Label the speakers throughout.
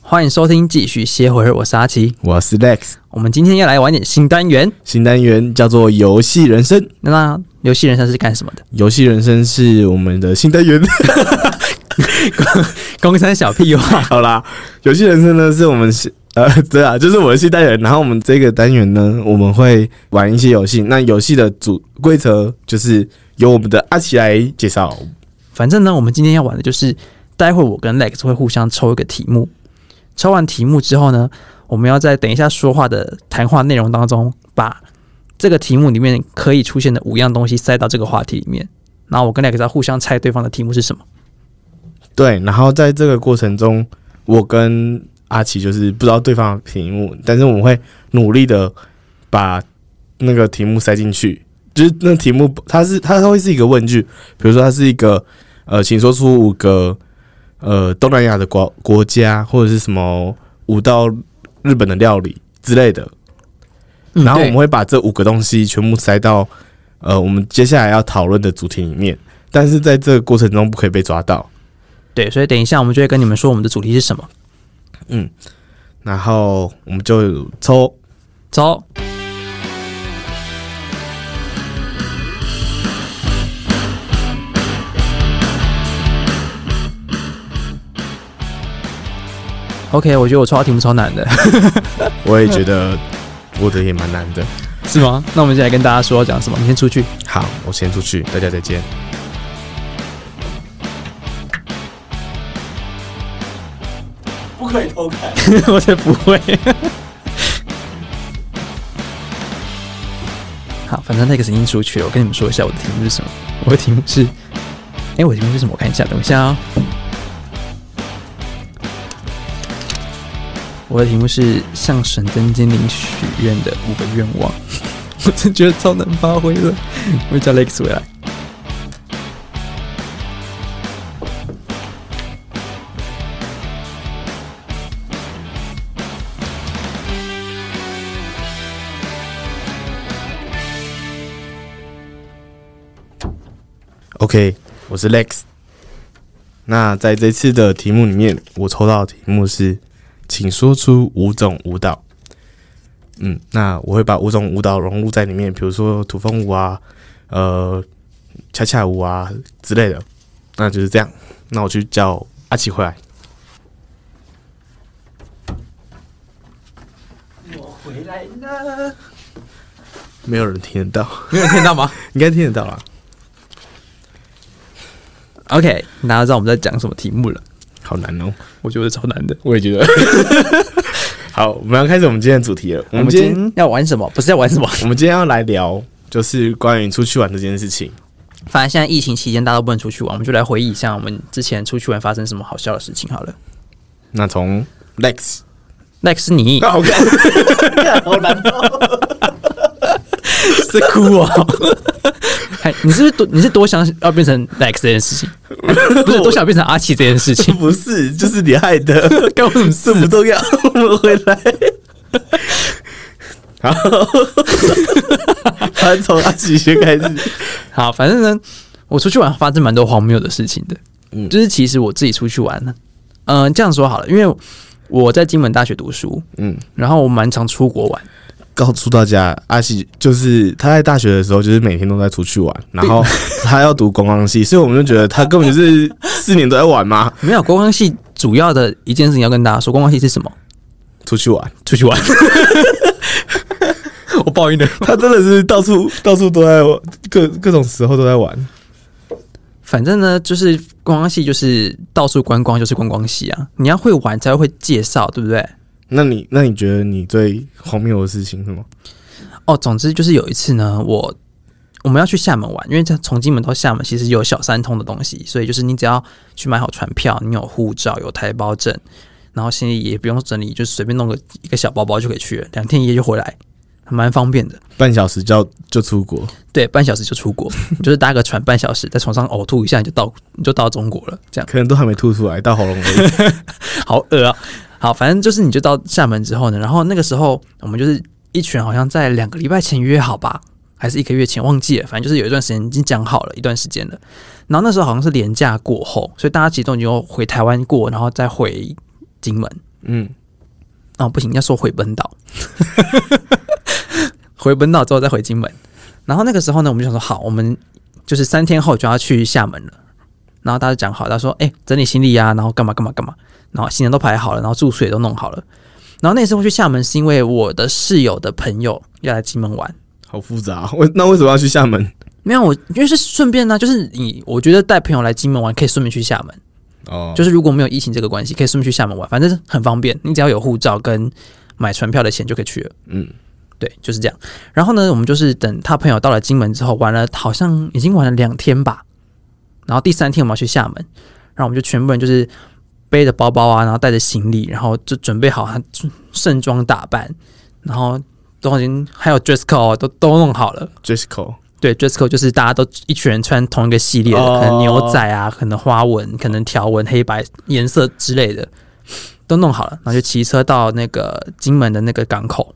Speaker 1: 欢迎收听，继续歇会儿，我是阿奇。
Speaker 2: 我是 Lex，
Speaker 1: 我们今天要来玩点新单元。
Speaker 2: 新单元叫做“游戏人生
Speaker 1: 那游戏人生是干什么的？”，
Speaker 2: 游戏人生是我们的新单元。
Speaker 1: 工山小屁哦话。
Speaker 2: 好啦，游戏人生呢是我们是呃对啊，就是我的新单元。然后我们这个单元呢，我们会玩一些游戏。那游戏的主规则就是由我们的阿奇来介绍。
Speaker 1: 反正呢，我们今天要玩的就是，待会我跟 Lex 会互相抽一个题目，抽完题目之后呢，我们要在等一下说话的谈话内容当中，把这个题目里面可以出现的五样东西塞到这个话题里面，然后我跟 Lex 要互相猜对方的题目是什么。
Speaker 2: 对，然后在这个过程中，我跟阿奇就是不知道对方的题目，但是我们会努力的把那个题目塞进去。就是那题目，它是它会是一个问句，比如说它是一个呃，请说出五个呃东南亚的国国家或者是什么五道日本的料理之类的，然后我们
Speaker 1: 会
Speaker 2: 会把这五个东西全部塞到呃我们接下来要讨论的主题里面，但是在这个过程中不可以被抓到。
Speaker 1: 对，所以等一下我们就会跟你们说我们的主题是什么。
Speaker 2: 然后我们就抽，
Speaker 1: 走。OK，我觉得我抽到题目超难的，
Speaker 2: 我也觉得我的也蛮难的。
Speaker 1: 是吗？那我们就来跟大家说要讲什么。你先出去。
Speaker 2: 好，我先出去，大家再见。
Speaker 3: 不可以偷看。
Speaker 1: 我才不会。好，反正那个已经出去了。我跟你们说一下，我的题目是什么？我的题目是，哎、我的题目是什么？我看一下，等一下哦。我的题目是向神灯精灵许愿的五个愿望。 我真觉得超能发挥了。我叫 Lex 回来。
Speaker 2: OK，我是 Lex。那在这次的题目里面，我抽到的题目是，请说出五种舞蹈。嗯，那我会把五种舞蹈融入在里面，比如说土风舞啊，呃，恰恰舞啊之类的。那就是这样。那我去叫阿奇回来。
Speaker 3: 我回来了，
Speaker 2: 没有人听得到，
Speaker 1: 没有人听到吗
Speaker 2: 应该听得到啦。
Speaker 1: ？OK，大家知道我们在讲什么题目了？
Speaker 2: 好难哦、
Speaker 1: 我觉得超难的。
Speaker 2: 我也觉 得。好，我们要开始我们今天的主题了。我
Speaker 1: 我
Speaker 2: 们
Speaker 1: 们
Speaker 2: 今
Speaker 1: 今
Speaker 2: 天
Speaker 1: 天要玩什么？不是要玩什么？
Speaker 2: 我们今天要来聊，就是关于出去玩这件事情。
Speaker 1: 反正现在疫情期间大家都不能出去玩，我们就来回忆一下我们之前出去玩发生什么好笑的事情好了。
Speaker 2: 那从 Lex，
Speaker 1: Lex，你
Speaker 2: 好看，
Speaker 3: 好难哦。
Speaker 1: 是哭哦？ 哎，你是不是多你是多想要变成 Lex 这件事 情？不是多想变成阿奇这件事情？
Speaker 2: 不是，就是你害的，
Speaker 1: 干我什么
Speaker 2: 这
Speaker 1: 事？
Speaker 2: 不重要。我们回来。好，他从阿奇先开始。
Speaker 1: 好，反正呢，我出去玩发生蛮多荒谬的事情的。
Speaker 2: 嗯
Speaker 1: 就是其实我自己出去玩呢，嗯、这样说好了，因为我在金门大学读书，
Speaker 2: 嗯，
Speaker 1: 然后我蛮常出国玩。
Speaker 2: 告诉大家，阿喜就是他在大学的时候，就是每天都在出去玩，然后他要读观光系，所以我们就觉得他根本就是四年都在玩嘛，
Speaker 1: 没有观光系主要的一件事情要跟大家说，观光系是什么？
Speaker 2: 出去玩，
Speaker 1: 出 去玩。我报应了。
Speaker 2: 他真的是到处到处都在玩各各种时候都在玩。
Speaker 1: 反正呢，就是观光系，就是到处观光，就是观光系啊。你要会玩，才会介绍，对不对？
Speaker 2: 那你那你觉得你最荒谬的事情是什么？
Speaker 1: 哦，总之就是有一次呢，我我们要去厦门玩，因为这从金门到厦门其实有小三通的东西，所以就是你只要去买好船票，你有护照、有台胞证，然后行李也不用整理，就随便弄个一个小包包就可以去了，两天一夜就回来，还蛮方便的。
Speaker 2: 半小时就要就出国，
Speaker 1: 对，半小时就出国，你就是搭个船半小时，在床上呕吐一下你就到你就到中国了，这样。
Speaker 2: 可能都还没吐出来，到喉咙 而已。
Speaker 1: 好恶啊！好，反正就是你就到厦门之后呢，然后那个时候我们就是一群好像在两个礼拜前约好吧，还是一个月前忘记了，反正就是有一段时间已经讲好了一段时间了。然后那时候好像是年假过后，所以大家其实都已经有回台湾过，然后再回金门。
Speaker 2: 嗯，
Speaker 1: 哦，不行，要说回本岛， 回本岛之后再回金门。然后那个时候呢，我们就想说，好，我们就是三天后就要去厦门了。然后大家讲好，他说，哎、整理行李啊，然后干嘛干嘛干嘛，然后行程都排好了，然后住宿也都弄好了。然后那时候去厦门是因为我的室友的朋友要来金门玩，
Speaker 2: 好复杂。啊为那为什么要去厦门？
Speaker 1: 没有我，因为是顺便呢、就是你，我觉得带朋友来金门玩可以顺便去厦门。
Speaker 2: 哦，
Speaker 1: 就是如果没有疫情这个关系，可以顺便去厦门玩，反正很方便。你只要有护照跟买船票的钱就可以去了。
Speaker 2: 嗯，
Speaker 1: 对，就是这样。然后呢，我们就是等他朋友到了金门之后，玩了好像已经玩了两天吧。然后第三天我们要去厦门，然后我们就全部人就是背着包包啊，然后带着行李，然后就准备好他盛装打扮，然后都已经还有 dress code 啊都都弄好了。
Speaker 2: Jessica，
Speaker 1: 对，dress code 就是大家都一群人穿同一个系列的，
Speaker 2: 哦
Speaker 1: 可能牛仔啊，可能花纹，可能条纹、黑白颜色之类的，都弄好了，然后就骑车到那个金门的那个港口，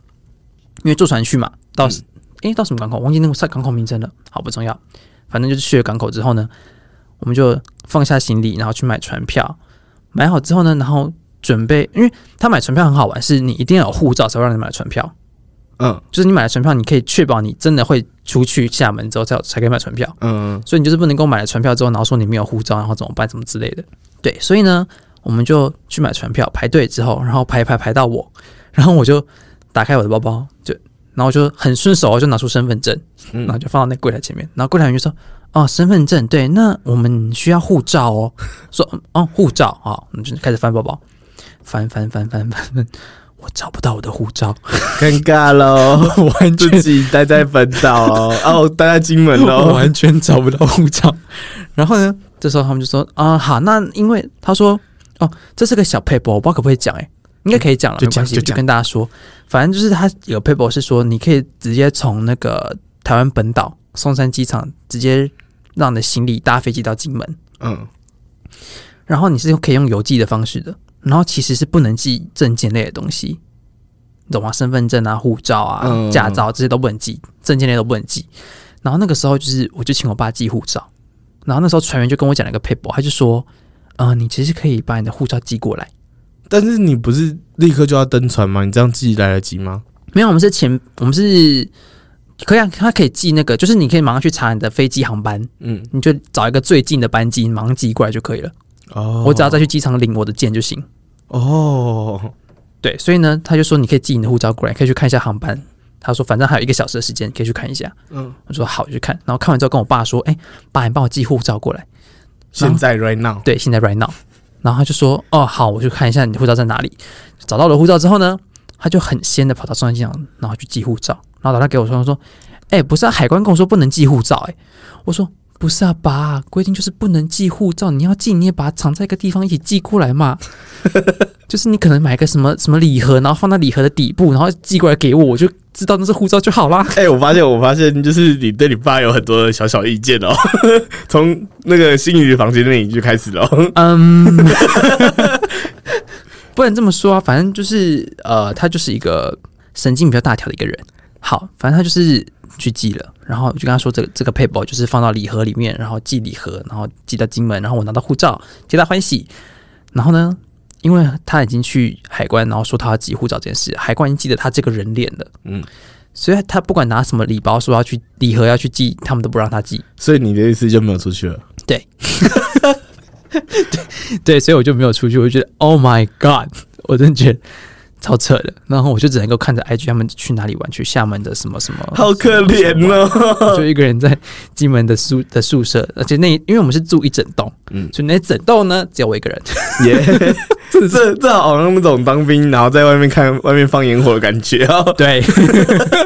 Speaker 1: 因为坐船去嘛，到诶、到什么港口忘记那个港口名称了，好不重要，反正就是去了港口之后呢，我们就放下行李，然后去买船票，买好之后呢，然后准备，因为他买船票很好玩，是你一定要有护照才会让你买船票，
Speaker 2: 嗯
Speaker 1: 就是你买了船票，你可以确保你真的会出去厦门之后才有才可以买船票，
Speaker 2: 嗯，
Speaker 1: 所以你就是不能够买了船票之后，然后说你没有护照，然后怎么办，怎么之类的。对，所以呢，我们就去买船票，排队之后，然后排排排到我，然后我就打开我的包包，就然后我就很顺手就拿出身份证，
Speaker 2: 嗯
Speaker 1: 然后就放到那柜台前面，然后柜台员就说：“哦，身份证，对，那我们需要护照哦。”说：“嗯哦，护照啊。好”我们就开始翻包包，翻翻翻翻翻翻，我找不到我的护 照，
Speaker 2: 尴尬喽，
Speaker 1: 完全
Speaker 2: 自己待在本 岛哦，哦，待在金门
Speaker 1: 我
Speaker 2: 喽，
Speaker 1: 完全找不到护照。然后呢，这时候他们就说啊，好，那因为他说哦，这是个小 paper，我不知道可不可以讲哎、应该可以讲了，
Speaker 2: 就
Speaker 1: 没关
Speaker 2: 讲
Speaker 1: 系，
Speaker 2: 就
Speaker 1: 就
Speaker 2: 讲
Speaker 1: 跟大家说，反正就是他有 paper 是说你可以直接从那个台湾本岛松山机场直接让你的行李搭飞机到金门，
Speaker 2: 嗯，
Speaker 1: 然后你是可以用邮寄的方式的，然后其实是不能寄证件类的东西，你懂吗？身份证啊、护照啊、
Speaker 2: 嗯
Speaker 1: 驾照这些都不能寄，证件类都不能寄。然后那个时候就是，我就请我爸寄护照，然后那时候船员就跟我讲了一个 paper，他就说，呃，你其实可以把你的护照寄过来。
Speaker 2: 但是你不是立刻就要登船吗？你这样自己来得及吗？
Speaker 1: 没有，我们是前，我们是可以、啊，他可以寄那个，就是你可以马上去查你的飞机航班，
Speaker 2: 嗯，
Speaker 1: 你就找一个最近的班机，马上寄过来就可以了。
Speaker 2: 哦，
Speaker 1: 我只要再去机场领我的件就行。
Speaker 2: 哦，
Speaker 1: 对，所以呢，他就说你可以寄你的护照过来，可以去看一下航班。他说反正还有一个小时的时间，可以去看一下。
Speaker 2: 嗯，
Speaker 1: 我说好，就去看。然后看完之后跟我爸说，哎、爸，你帮我寄护照过来。
Speaker 2: 现在 right now，
Speaker 1: 对，现在 right now。然后他就说，哦，好，我去看一下你的护照在哪里。找到了护照之后呢，他就很先的跑到中山机场，然后去寄护照。然后打电话给我说，说，哎、不是、啊，海关跟我说不能寄护照、哎，我说不是啊，爸，规定就是不能寄护照，你要寄你也把它藏在一个地方一起寄过来嘛。 就是你可能买个什么什么礼盒，然后放在礼盒的底部，然后寄过来给我，我就知道那是护照就好啦。
Speaker 2: 哎、我发现，我发现，就是你对你爸有很多的小小意见哦， 从那个心仪的房间那里就开始了。哦
Speaker 1: 嗯， 不能这么说啊，反正就是呃，他就是一个神经比较大条的一个人。好，反正他就是去寄了，然后我就跟他说这个这个 paper 就是放到礼盒里面，然后寄礼盒，然后寄到金门，然后我拿到护照，皆大欢喜。然后呢，因为他已经去海关，然后说他要寄护照这件事，海关已经记得他这个人脸了，
Speaker 2: 嗯
Speaker 1: 嗯，所以他不管拿什么礼包说要去礼盒要去寄，他们都不让他寄。
Speaker 2: 所以你的意思就没有出去了？
Speaker 1: 对，所以我就没有出去。我就觉得，Oh my God，我 真的觉得超扯的。然后我就只能够看着 IG 他们去哪里玩，去厦门的什么什么，
Speaker 2: 好可怜哦。
Speaker 1: 就一个人在金门的宿的宿舍，而且那因为我们是住一整栋，
Speaker 2: 嗯
Speaker 1: 所以那一整栋呢只有我一 个人。
Speaker 2: 耶，这这这好像那种当兵，然后在外面看外面放烟火的感觉哦。
Speaker 1: 对，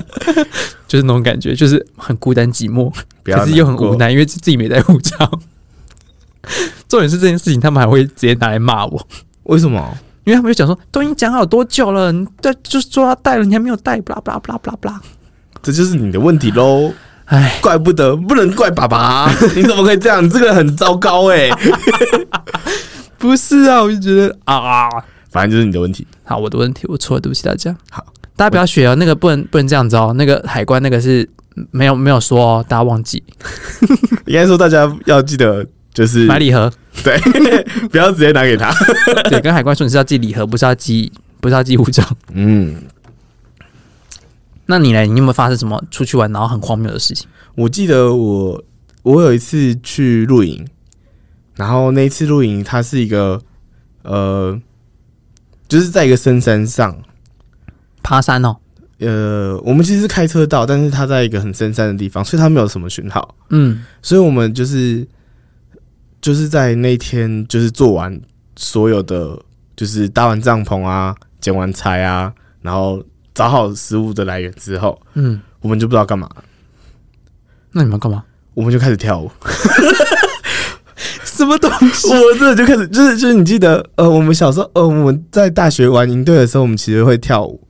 Speaker 1: 就是那种感觉，就是很孤单寂寞，
Speaker 2: 不要
Speaker 1: 可是又很
Speaker 2: 难过
Speaker 1: 无奈，因为自己没带护照。 重点是这件事情，他们还会直接拿来骂我。
Speaker 2: 为什么？
Speaker 1: 因为他们就讲说，都已经讲好多久了，你带就是说要带了，你还没有带，不啦不啦不啦不啦不啦。
Speaker 2: 这就是你的问题喽。
Speaker 1: 唉，
Speaker 2: 怪不得，不能怪爸爸， 你怎么可以这样？你这个很糟糕哎、
Speaker 1: 不是啊，我就觉得啊，
Speaker 2: 反正就是你的问题。
Speaker 1: 好，我的问题，我错了，对不起大家。
Speaker 2: 好，
Speaker 1: 大家不要学哦，那个不能不能这样子哦，那个海关那个是嗯 没有没有说哦，大家忘记
Speaker 2: 应该说大家要记得，就是
Speaker 1: 买礼盒，
Speaker 2: 对， 不要直接拿给他。
Speaker 1: 对，跟海关说你是要寄礼盒，不是要寄不是要寄护照。
Speaker 2: 嗯，
Speaker 1: 那你呢？你有没有发生什么出去玩然后很荒谬的事情？
Speaker 2: 我记得我我有一次去露营，然后那一次露营它是一个呃，就是在一个深山上，
Speaker 1: 爬山哦，
Speaker 2: 呃，我们其实是开车到，但是它在一个很深山的地方，所以它没有什么讯号。
Speaker 1: 嗯，
Speaker 2: 所以我们就是就是在那天就是做完所有的，就是搭完帐篷啊，捡完柴啊，然后找好食物的来源之后，
Speaker 1: 嗯，
Speaker 2: 我们就不知道干嘛，
Speaker 1: 那你们要干嘛？
Speaker 2: 我们就开始跳舞。
Speaker 1: 什么东西？
Speaker 2: 我真的就开始，就是就是你记得，呃，我们小时候，呃，我们在大学玩营队的时候，我们其实会跳舞，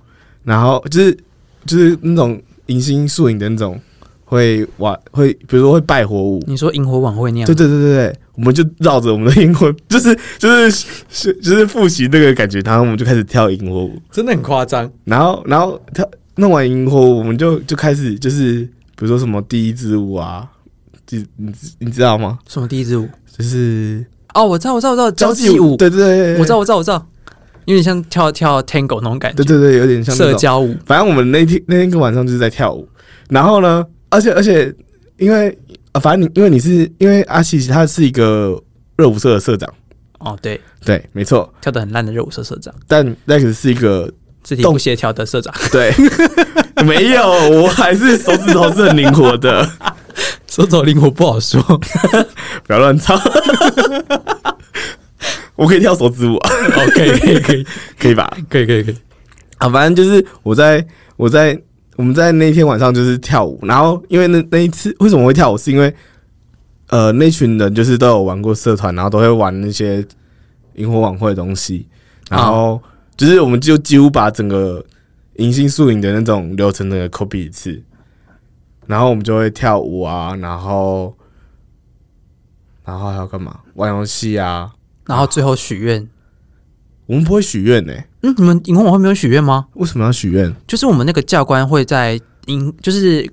Speaker 2: 然后就是就是那种迎新宿营的那种，会玩会，比如说会拜火舞，
Speaker 1: 你说萤火晚会那样？
Speaker 2: 对对对对对，我们就绕着我们的萤火，就是就是是就是复习那个感觉，然后我们就开始跳萤火舞，
Speaker 1: 真的很夸张。
Speaker 2: 然后然后跳弄完萤火舞，我们就就开始就是比如说什么第一支舞啊，你你你知道吗？
Speaker 1: 什么第一支舞？
Speaker 2: 就是
Speaker 1: 哦，我知道，我知道，我知道，交际舞。
Speaker 2: 对对对，对
Speaker 1: 我知道，，我知道，我知道，有点像跳跳 tango 那种感觉
Speaker 2: 对，对对，有点像那
Speaker 1: 社
Speaker 2: 种
Speaker 1: 交舞。
Speaker 2: 反正我们那天那天个晚上就是在跳舞，然后呢，而且而且因为、呃反正你因为你是因为阿奇他是一个热舞社的社长，
Speaker 1: 哦，对，
Speaker 2: 对，没错，
Speaker 1: 跳的很烂的热舞社社长，
Speaker 2: 但 Lex 是一个
Speaker 1: 肢体不协调的社长，
Speaker 2: 对，没有，我还是手指头是很灵活的，
Speaker 1: 手肘灵活不好 说。
Speaker 2: 不要乱 唱。我可以跳手指舞、啊，
Speaker 1: 哦，可以，可以，可以，
Speaker 2: 可以吧？
Speaker 1: 可以，可以，可以。
Speaker 2: 啊，反正就是我在我在我们在那一天晚上就是跳舞，然后因为那那一次为什么会跳舞，是因为呃那群人就是都有玩过社团，然后都会玩那些萤火晚会的东西，然后就是我们就几乎把整个迎新宿营的那种流程的 copy 一次，然后我们就会跳舞啊，然后然后还要干嘛？玩游戏啊？
Speaker 1: 然后最后许愿，
Speaker 2: 我们不会许愿呢，
Speaker 1: 嗯，你们荧光晚会没有许愿吗？
Speaker 2: 为什么要许愿？
Speaker 1: 就是我们那个教官会在迎，就是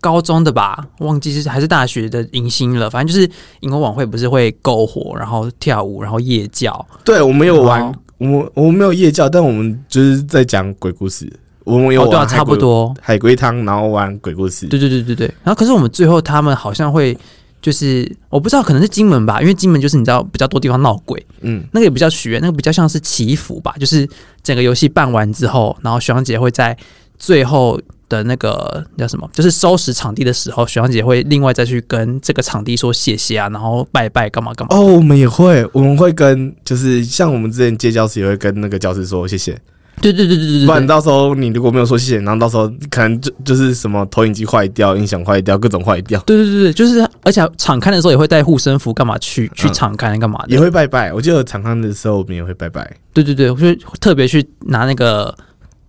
Speaker 1: 高中的吧，忘记是还是大学的迎新了，反正就是萤火晚会不是会篝火，然后跳舞，然后夜教，
Speaker 2: 对，我们有玩
Speaker 1: 哦，
Speaker 2: 我我们没有夜教，但我们就是在讲鬼故事。我们有
Speaker 1: 哦，对啊，
Speaker 2: 玩海
Speaker 1: 差不
Speaker 2: 龟
Speaker 1: 多，
Speaker 2: 海龟汤，然后玩鬼故事。
Speaker 1: 对对对对对。然后可是我们最后他们好像会。就是我不知道，可能是金门吧，因为金门就是你知道比较多地方闹鬼，
Speaker 2: 嗯，
Speaker 1: 那个也比较许愿，那个比较像是祈福吧，就是整个游戏办完之后，然后徐阳姐会在最后的那个叫什么，就是收拾场地的时候，徐阳姐会另外再去跟这个场地说谢谢啊，然后拜拜干嘛干嘛。
Speaker 2: 哦，我们也会，我们会跟，就是像我们之前接教室也会跟那个教师说谢谢，
Speaker 1: 对对对对对
Speaker 2: 不然
Speaker 1: 对，
Speaker 2: 到时候你如果没有说谢谢，然后到时候可能就就是什么投影机坏掉、音响坏掉、各种坏掉，
Speaker 1: 对对对对，就是而且场刊的时候也会带护身符干嘛去去
Speaker 2: 嗯
Speaker 1: 场刊干嘛的，
Speaker 2: 也会拜拜。我记得场刊的时候我们也会拜拜。
Speaker 1: 对对对，我就特别去拿那个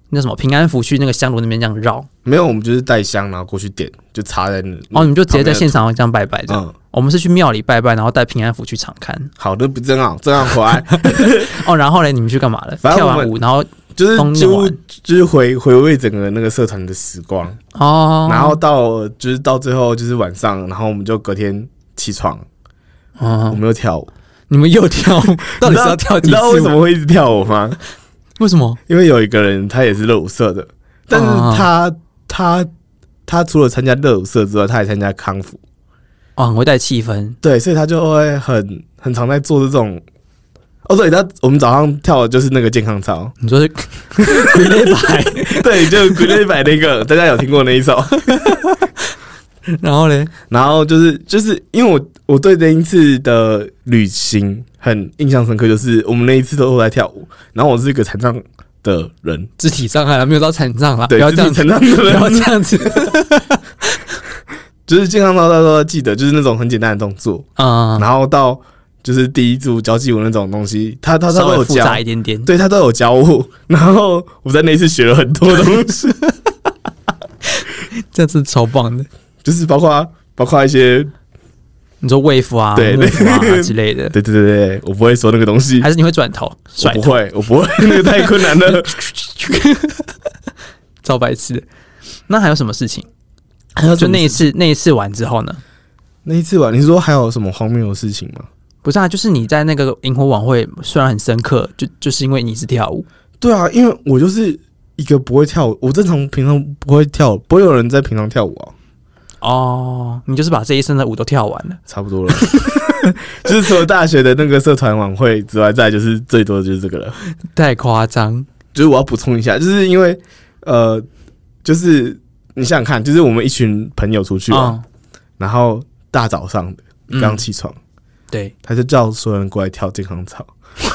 Speaker 1: 那什么平安符去那个香炉那边这样绕，
Speaker 2: 没有，我们就是带香，然后过去点，就插在那。
Speaker 1: 哦然后你们就直接在现场这样拜拜这样。
Speaker 2: 嗯，
Speaker 1: 我们是去庙里拜拜，然后带平安符去场刊。
Speaker 2: 好的，不真好，真好可爱。
Speaker 1: 哦，然后嘞，你们去干嘛了？
Speaker 2: 反正
Speaker 1: 跳
Speaker 2: 我
Speaker 1: 完
Speaker 2: 们
Speaker 1: 舞，然后
Speaker 2: 就是
Speaker 1: 东
Speaker 2: 几
Speaker 1: 弄
Speaker 2: 乎
Speaker 1: 完
Speaker 2: 就是回回味整个那个社团的时光，
Speaker 1: 哦，
Speaker 2: 然后到就是到最后就是晚上，然后我们就隔天起床，我
Speaker 1: 嗯，
Speaker 2: 们又跳舞。
Speaker 1: 你们又 跳舞， 到底是要跳几
Speaker 2: 你知
Speaker 1: 次
Speaker 2: 道为什
Speaker 1: 舞？
Speaker 2: 么会一直跳舞吗？
Speaker 1: 为什么？
Speaker 2: 因为有一个人他也是热舞社的，但是
Speaker 1: 哦
Speaker 2: 他、他他除了参加热舞社之外，他也参加康复，
Speaker 1: 哦，很会带气氛，
Speaker 2: 对，所以他就会很很常在做这种。哦，对，他我们早上跳的就是那个健康 操，
Speaker 1: 你说是鬼脸牌，
Speaker 2: 对，就 g r e e 那个，大家有听过那一首？
Speaker 1: 然后嘞，
Speaker 2: 然后就是就是因为我我对那一次的旅行很印象深刻，就是我们那一次都在跳舞，然后我是一个残障的人，
Speaker 1: 肢体障碍了，啊没有到残障了，不
Speaker 2: 对，
Speaker 1: 要
Speaker 2: 就
Speaker 1: 这样
Speaker 2: 是
Speaker 1: 子，
Speaker 2: 残障的
Speaker 1: 不要这
Speaker 2: 人，
Speaker 1: 样子，
Speaker 2: 就是健康操大家都要记得，就是那种很简单的动作，
Speaker 1: 嗯，
Speaker 2: 然后到就是第一组交际舞那种东西，他他他
Speaker 1: 稍
Speaker 2: 都有
Speaker 1: 微复
Speaker 2: 教
Speaker 1: 杂，一点点，
Speaker 2: 对他都有教我，然后我在那一次学了很多 东西，
Speaker 1: 这次超棒的。
Speaker 2: 就是包括包括一些，
Speaker 1: 你说 wave 啊，
Speaker 2: 对
Speaker 1: 幕府啊
Speaker 2: 对
Speaker 1: 之类的，
Speaker 2: 对对对对，我不会说那个东西，
Speaker 1: 还是你会转头
Speaker 2: 我
Speaker 1: 甩
Speaker 2: 不
Speaker 1: 头，
Speaker 2: 会，我不会，那个太困难了。
Speaker 1: 超白痴的。那还有什么事情？
Speaker 2: 还有
Speaker 1: 就那一次，那一次完之后呢？
Speaker 2: 那一次吧，你是说还有什么荒谬的事情吗？
Speaker 1: 不是啊，就是你在那个萤火晚会虽然很深刻，就就是因为你是跳舞，
Speaker 2: 对啊，因为我就是一个不会跳舞，我正常平常不会跳，不会有人在平常跳舞啊，
Speaker 1: 哦，你就是把这一生的舞都跳完了。
Speaker 2: 差不多了。 就是除了大学的那个社团晚会之外，再来就是最多的就是这个了。
Speaker 1: 太夸张，
Speaker 2: 就是我要补充一下，就是因为呃，就是你想想看，就是我们一群朋友出去玩，
Speaker 1: 嗯
Speaker 2: 然后大早上的
Speaker 1: 嗯
Speaker 2: 刚起床，
Speaker 1: 对，
Speaker 2: 他就叫所有人过来跳健康操，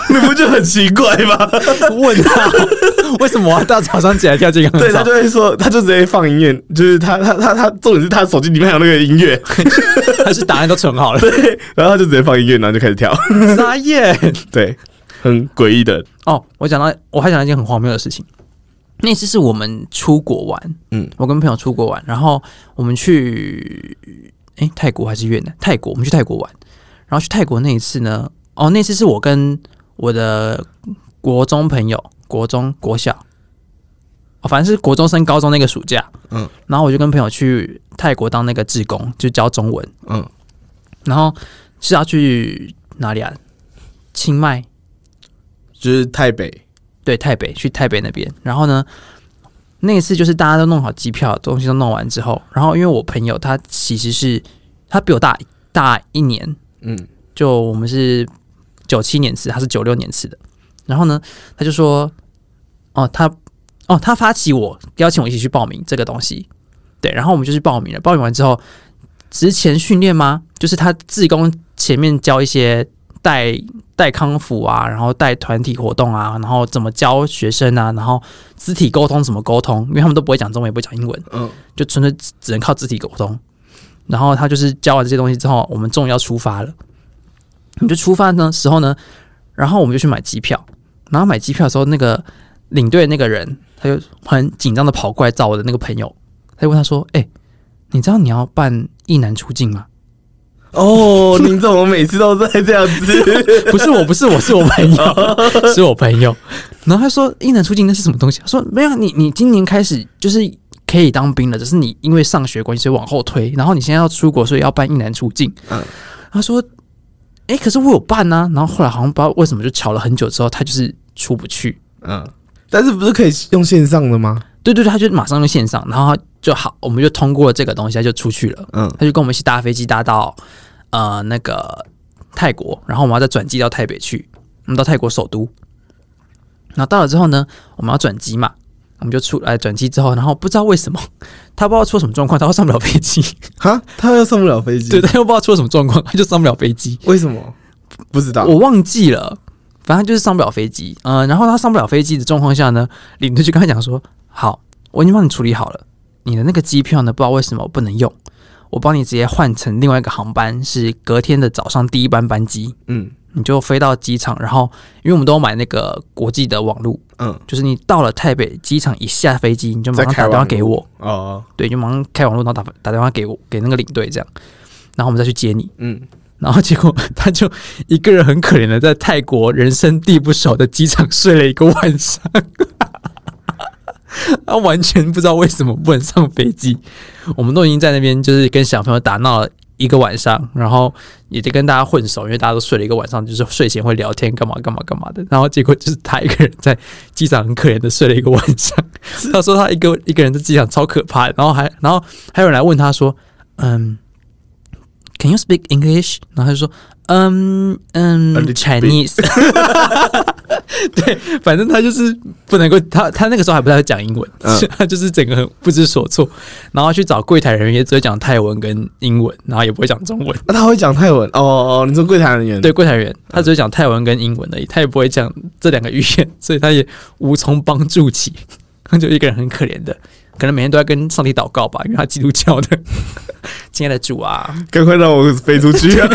Speaker 2: 你不就很奇怪 吗？
Speaker 1: 问他 为什么我要到早上起来跳健康
Speaker 2: 对他
Speaker 1: 操
Speaker 2: 就？会说，他就直接放音乐，就是他他他他，重点是他手机里面还有那个音乐，
Speaker 1: 他是答案都存好了，
Speaker 2: 然后他就直接放音乐，然后就开始跳，
Speaker 1: 傻眼。
Speaker 2: 对，很诡异的，
Speaker 1: 哦，我讲到，我还讲到一件很荒谬的事情。那次是我们出国玩，
Speaker 2: 嗯
Speaker 1: 嗯，我跟朋友出国玩，然后我们去诶泰国还是越南？泰国，我们去泰国玩，然后去泰国那一次呢，哦，那次是我跟我的国中朋友，国中、国小，哦，反正是国中升高中那个暑假，
Speaker 2: 嗯
Speaker 1: 嗯，然后我就跟朋友去泰国当那个志工，就教中文，
Speaker 2: 嗯，
Speaker 1: 然后是要去哪里啊？清迈，
Speaker 2: 就是台北，
Speaker 1: 对台北去台北那边，然后呢，那一次就是大家都弄好机票，东西都弄完之后，然后因为我朋友他其实是他比我大大一年，
Speaker 2: 嗯，
Speaker 1: 就我们是九七年次，他是九六年次的，然后呢，他就说，哦，他哦，他发起我邀请我一起去报名这个东西，对，然后我们就去报名了，报名完之后，职前训练吗？就是他自工前面教一些带带康复啊，然后带团体活动啊，然后怎么教学生啊，然后肢体沟通怎么沟通，因为他们都不会讲中文，也不会讲英文，
Speaker 2: 嗯，
Speaker 1: 就纯粹只只能靠肢体沟通。然后他就是教完这些东西之后，我们终于要出发了。我们就出发呢时候呢，然后我们就去买机票，然后买机票的时候，那个领队那个人他就很紧张的跑过来找我的那个朋友，他就问他说：“哎、你知道你要办一男出境吗？”
Speaker 2: 哦，你怎么每次都在这样子？
Speaker 1: 不是我，不是我，是我朋友，是我朋友。然后他说：“一男出境那是什么东西？”他说：“没有，你你今年开始就是可以当兵了，只是你因为上学关系所以往后推，然后你现在要出国，所以要办一男出境。”
Speaker 2: 嗯
Speaker 1: 他说：“哎、可是我有办啊。”然后后来好像不知道为什么就吵了很久之后，他就是出不去。
Speaker 2: 嗯，但是不是可以用线上的吗？
Speaker 1: 对对对，他就马上就线上，然后他就好，我们就通过这个东西，他就出去了。
Speaker 2: 嗯
Speaker 1: 他就跟我们一起搭飞机搭到呃那个泰国，然后我们要再转机到台北去，我们到泰国首都。然后到了之后呢，我们要转机嘛，我们就出来转机之后，然后不知道为什么他不知道出什么状况，他又上不了飞机，
Speaker 2: 哈，他又上不了飞机，
Speaker 1: 对，他又不知道出了什么状况，他就上不了飞机，
Speaker 2: 为什么？不知道，
Speaker 1: 我忘记了，反正就是上不了飞机。嗯、然后他上不了飞机的状况下呢，领队就跟他讲说：“好，我已经帮你处理好了，你的那个机票呢，不知道为什么不能用，我帮你直接换成另外一个航班，是隔天的早上第一班班机，
Speaker 2: 嗯
Speaker 1: 你就飞到机场。然后，因为我们都有买那个国际的网路，
Speaker 2: 嗯，
Speaker 1: 就是你到了台北机场一下飞机，你就马
Speaker 2: 再
Speaker 1: 上
Speaker 2: 开
Speaker 1: 打电话
Speaker 2: 网
Speaker 1: 给
Speaker 2: 路
Speaker 1: 我，
Speaker 2: 哦，
Speaker 1: 对，就马上开网络，然后打打电话给我给那个领队这样，然后我们再去接你。”
Speaker 2: 嗯，
Speaker 1: 然后结果他就一个人很可怜的在泰国人生地不熟的机场睡了一个晚上，他完全不知道为什么不能上飞机。我们都已经在那边就是跟小朋友打闹了一个晚上，然后也就跟大家混熟，因为大家都睡了一个晚上，就是睡前会聊天干嘛干嘛干嘛的。然后结果就是他一个人在机场很可怜的睡了一个晚上。他说他一个一个人在机场超可怕的，然后还然后还有人来问他说，嗯。Can you speak English？然后他就说，嗯嗯
Speaker 2: A little bit
Speaker 1: ，Chinese。对， 反正他就是不能够，他他那个时候还不太会讲英文，
Speaker 2: 嗯
Speaker 1: 他就是整个很不知所措，然后去找柜台人员也只会讲泰文跟英文，然后也不会讲中文。
Speaker 2: 那他会讲泰文哦哦，你说柜台人员
Speaker 1: 对，柜台人员他只会讲泰文跟英文而已，他也不会讲这两个语言，所以他也无从帮助起， 他就一个人很可怜的，可能每天都在跟上帝祷告吧，因为他基督教的。 亲爱的主啊，
Speaker 2: 赶快让我飞出去、 啊。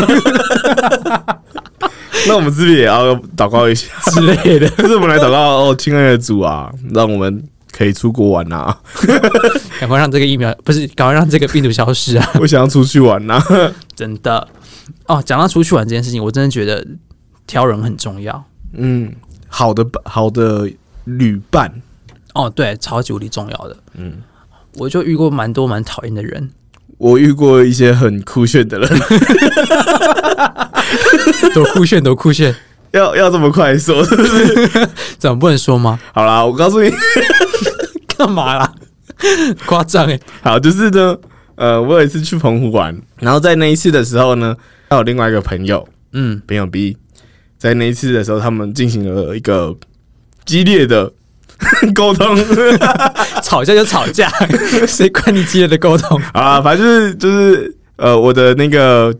Speaker 2: 那我们是不是也要祷告一下？
Speaker 1: 之类的，
Speaker 2: 就是我们来祷告哦，亲爱的主啊，让我们可以出国玩呐、啊，
Speaker 1: 赶快让这个疫苗不是，赶快让这个病毒消失 啊！
Speaker 2: 我想要出去玩呐、啊。
Speaker 1: 真的哦，讲到出去玩这件事情，我真的觉得挑人很重要
Speaker 2: 嗯，好的好的旅伴，
Speaker 1: 哦，对，超级无敌重要的。
Speaker 2: 嗯，
Speaker 1: 我就遇过蛮多蛮讨厌的人，
Speaker 2: 我遇过一些很酷炫的人，
Speaker 1: 多酷炫，多酷炫，
Speaker 2: 要要这么快 说？
Speaker 1: 怎么不能说吗？
Speaker 2: 好啦，我告诉你，
Speaker 1: 干嘛啦？ 夸张哎，
Speaker 2: 好，就是呢，呃，我有一次去澎湖玩，然后在那一次的时候呢，还有另外一个朋友，
Speaker 1: 嗯，
Speaker 2: 朋友 B，在那一次的时候，他们进行了一个激烈的 沟通
Speaker 1: 吵架就吵 架，谁管你激烈的沟通？
Speaker 2: 啊，反正就是就是呃，我的那个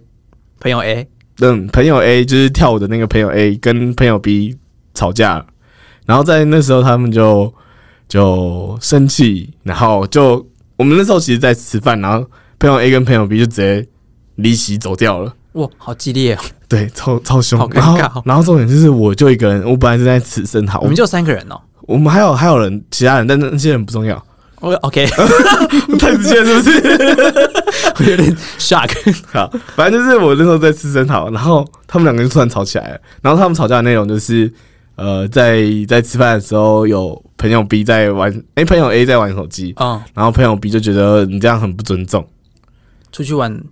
Speaker 1: 朋友 A，
Speaker 2: 嗯朋友 A，就是跳舞的那个朋友 A 跟朋友 B 吵架了，然后在那时候他们就就生气，然后就我们那时候其实在吃饭，然后朋友 A 跟朋友 B 就直接离席走掉了。
Speaker 1: 哇，好激烈哦！
Speaker 2: 对，超超凶，
Speaker 1: 好尴
Speaker 2: 然后
Speaker 1: 尬哦
Speaker 2: 然后重点就是，我就一个人，我本来是在吃生蚝，
Speaker 1: 我们就三个人哦。
Speaker 2: 我们还有还有人，其他人，但那些人不 重要，
Speaker 1: O 哦 OK，
Speaker 2: 太直接是不是？
Speaker 1: 我有点 shock。
Speaker 2: 好，反正就是我那时候在吃生蚝，然后他们两个就突然吵起来了，然后他们吵架的内容就是，呃，在在吃饭的时候，有朋友 B 在玩，哎、朋友 A 在玩手机，
Speaker 1: 嗯，
Speaker 2: 然后朋友 B 就觉得你这样很不尊重，
Speaker 1: 出去玩，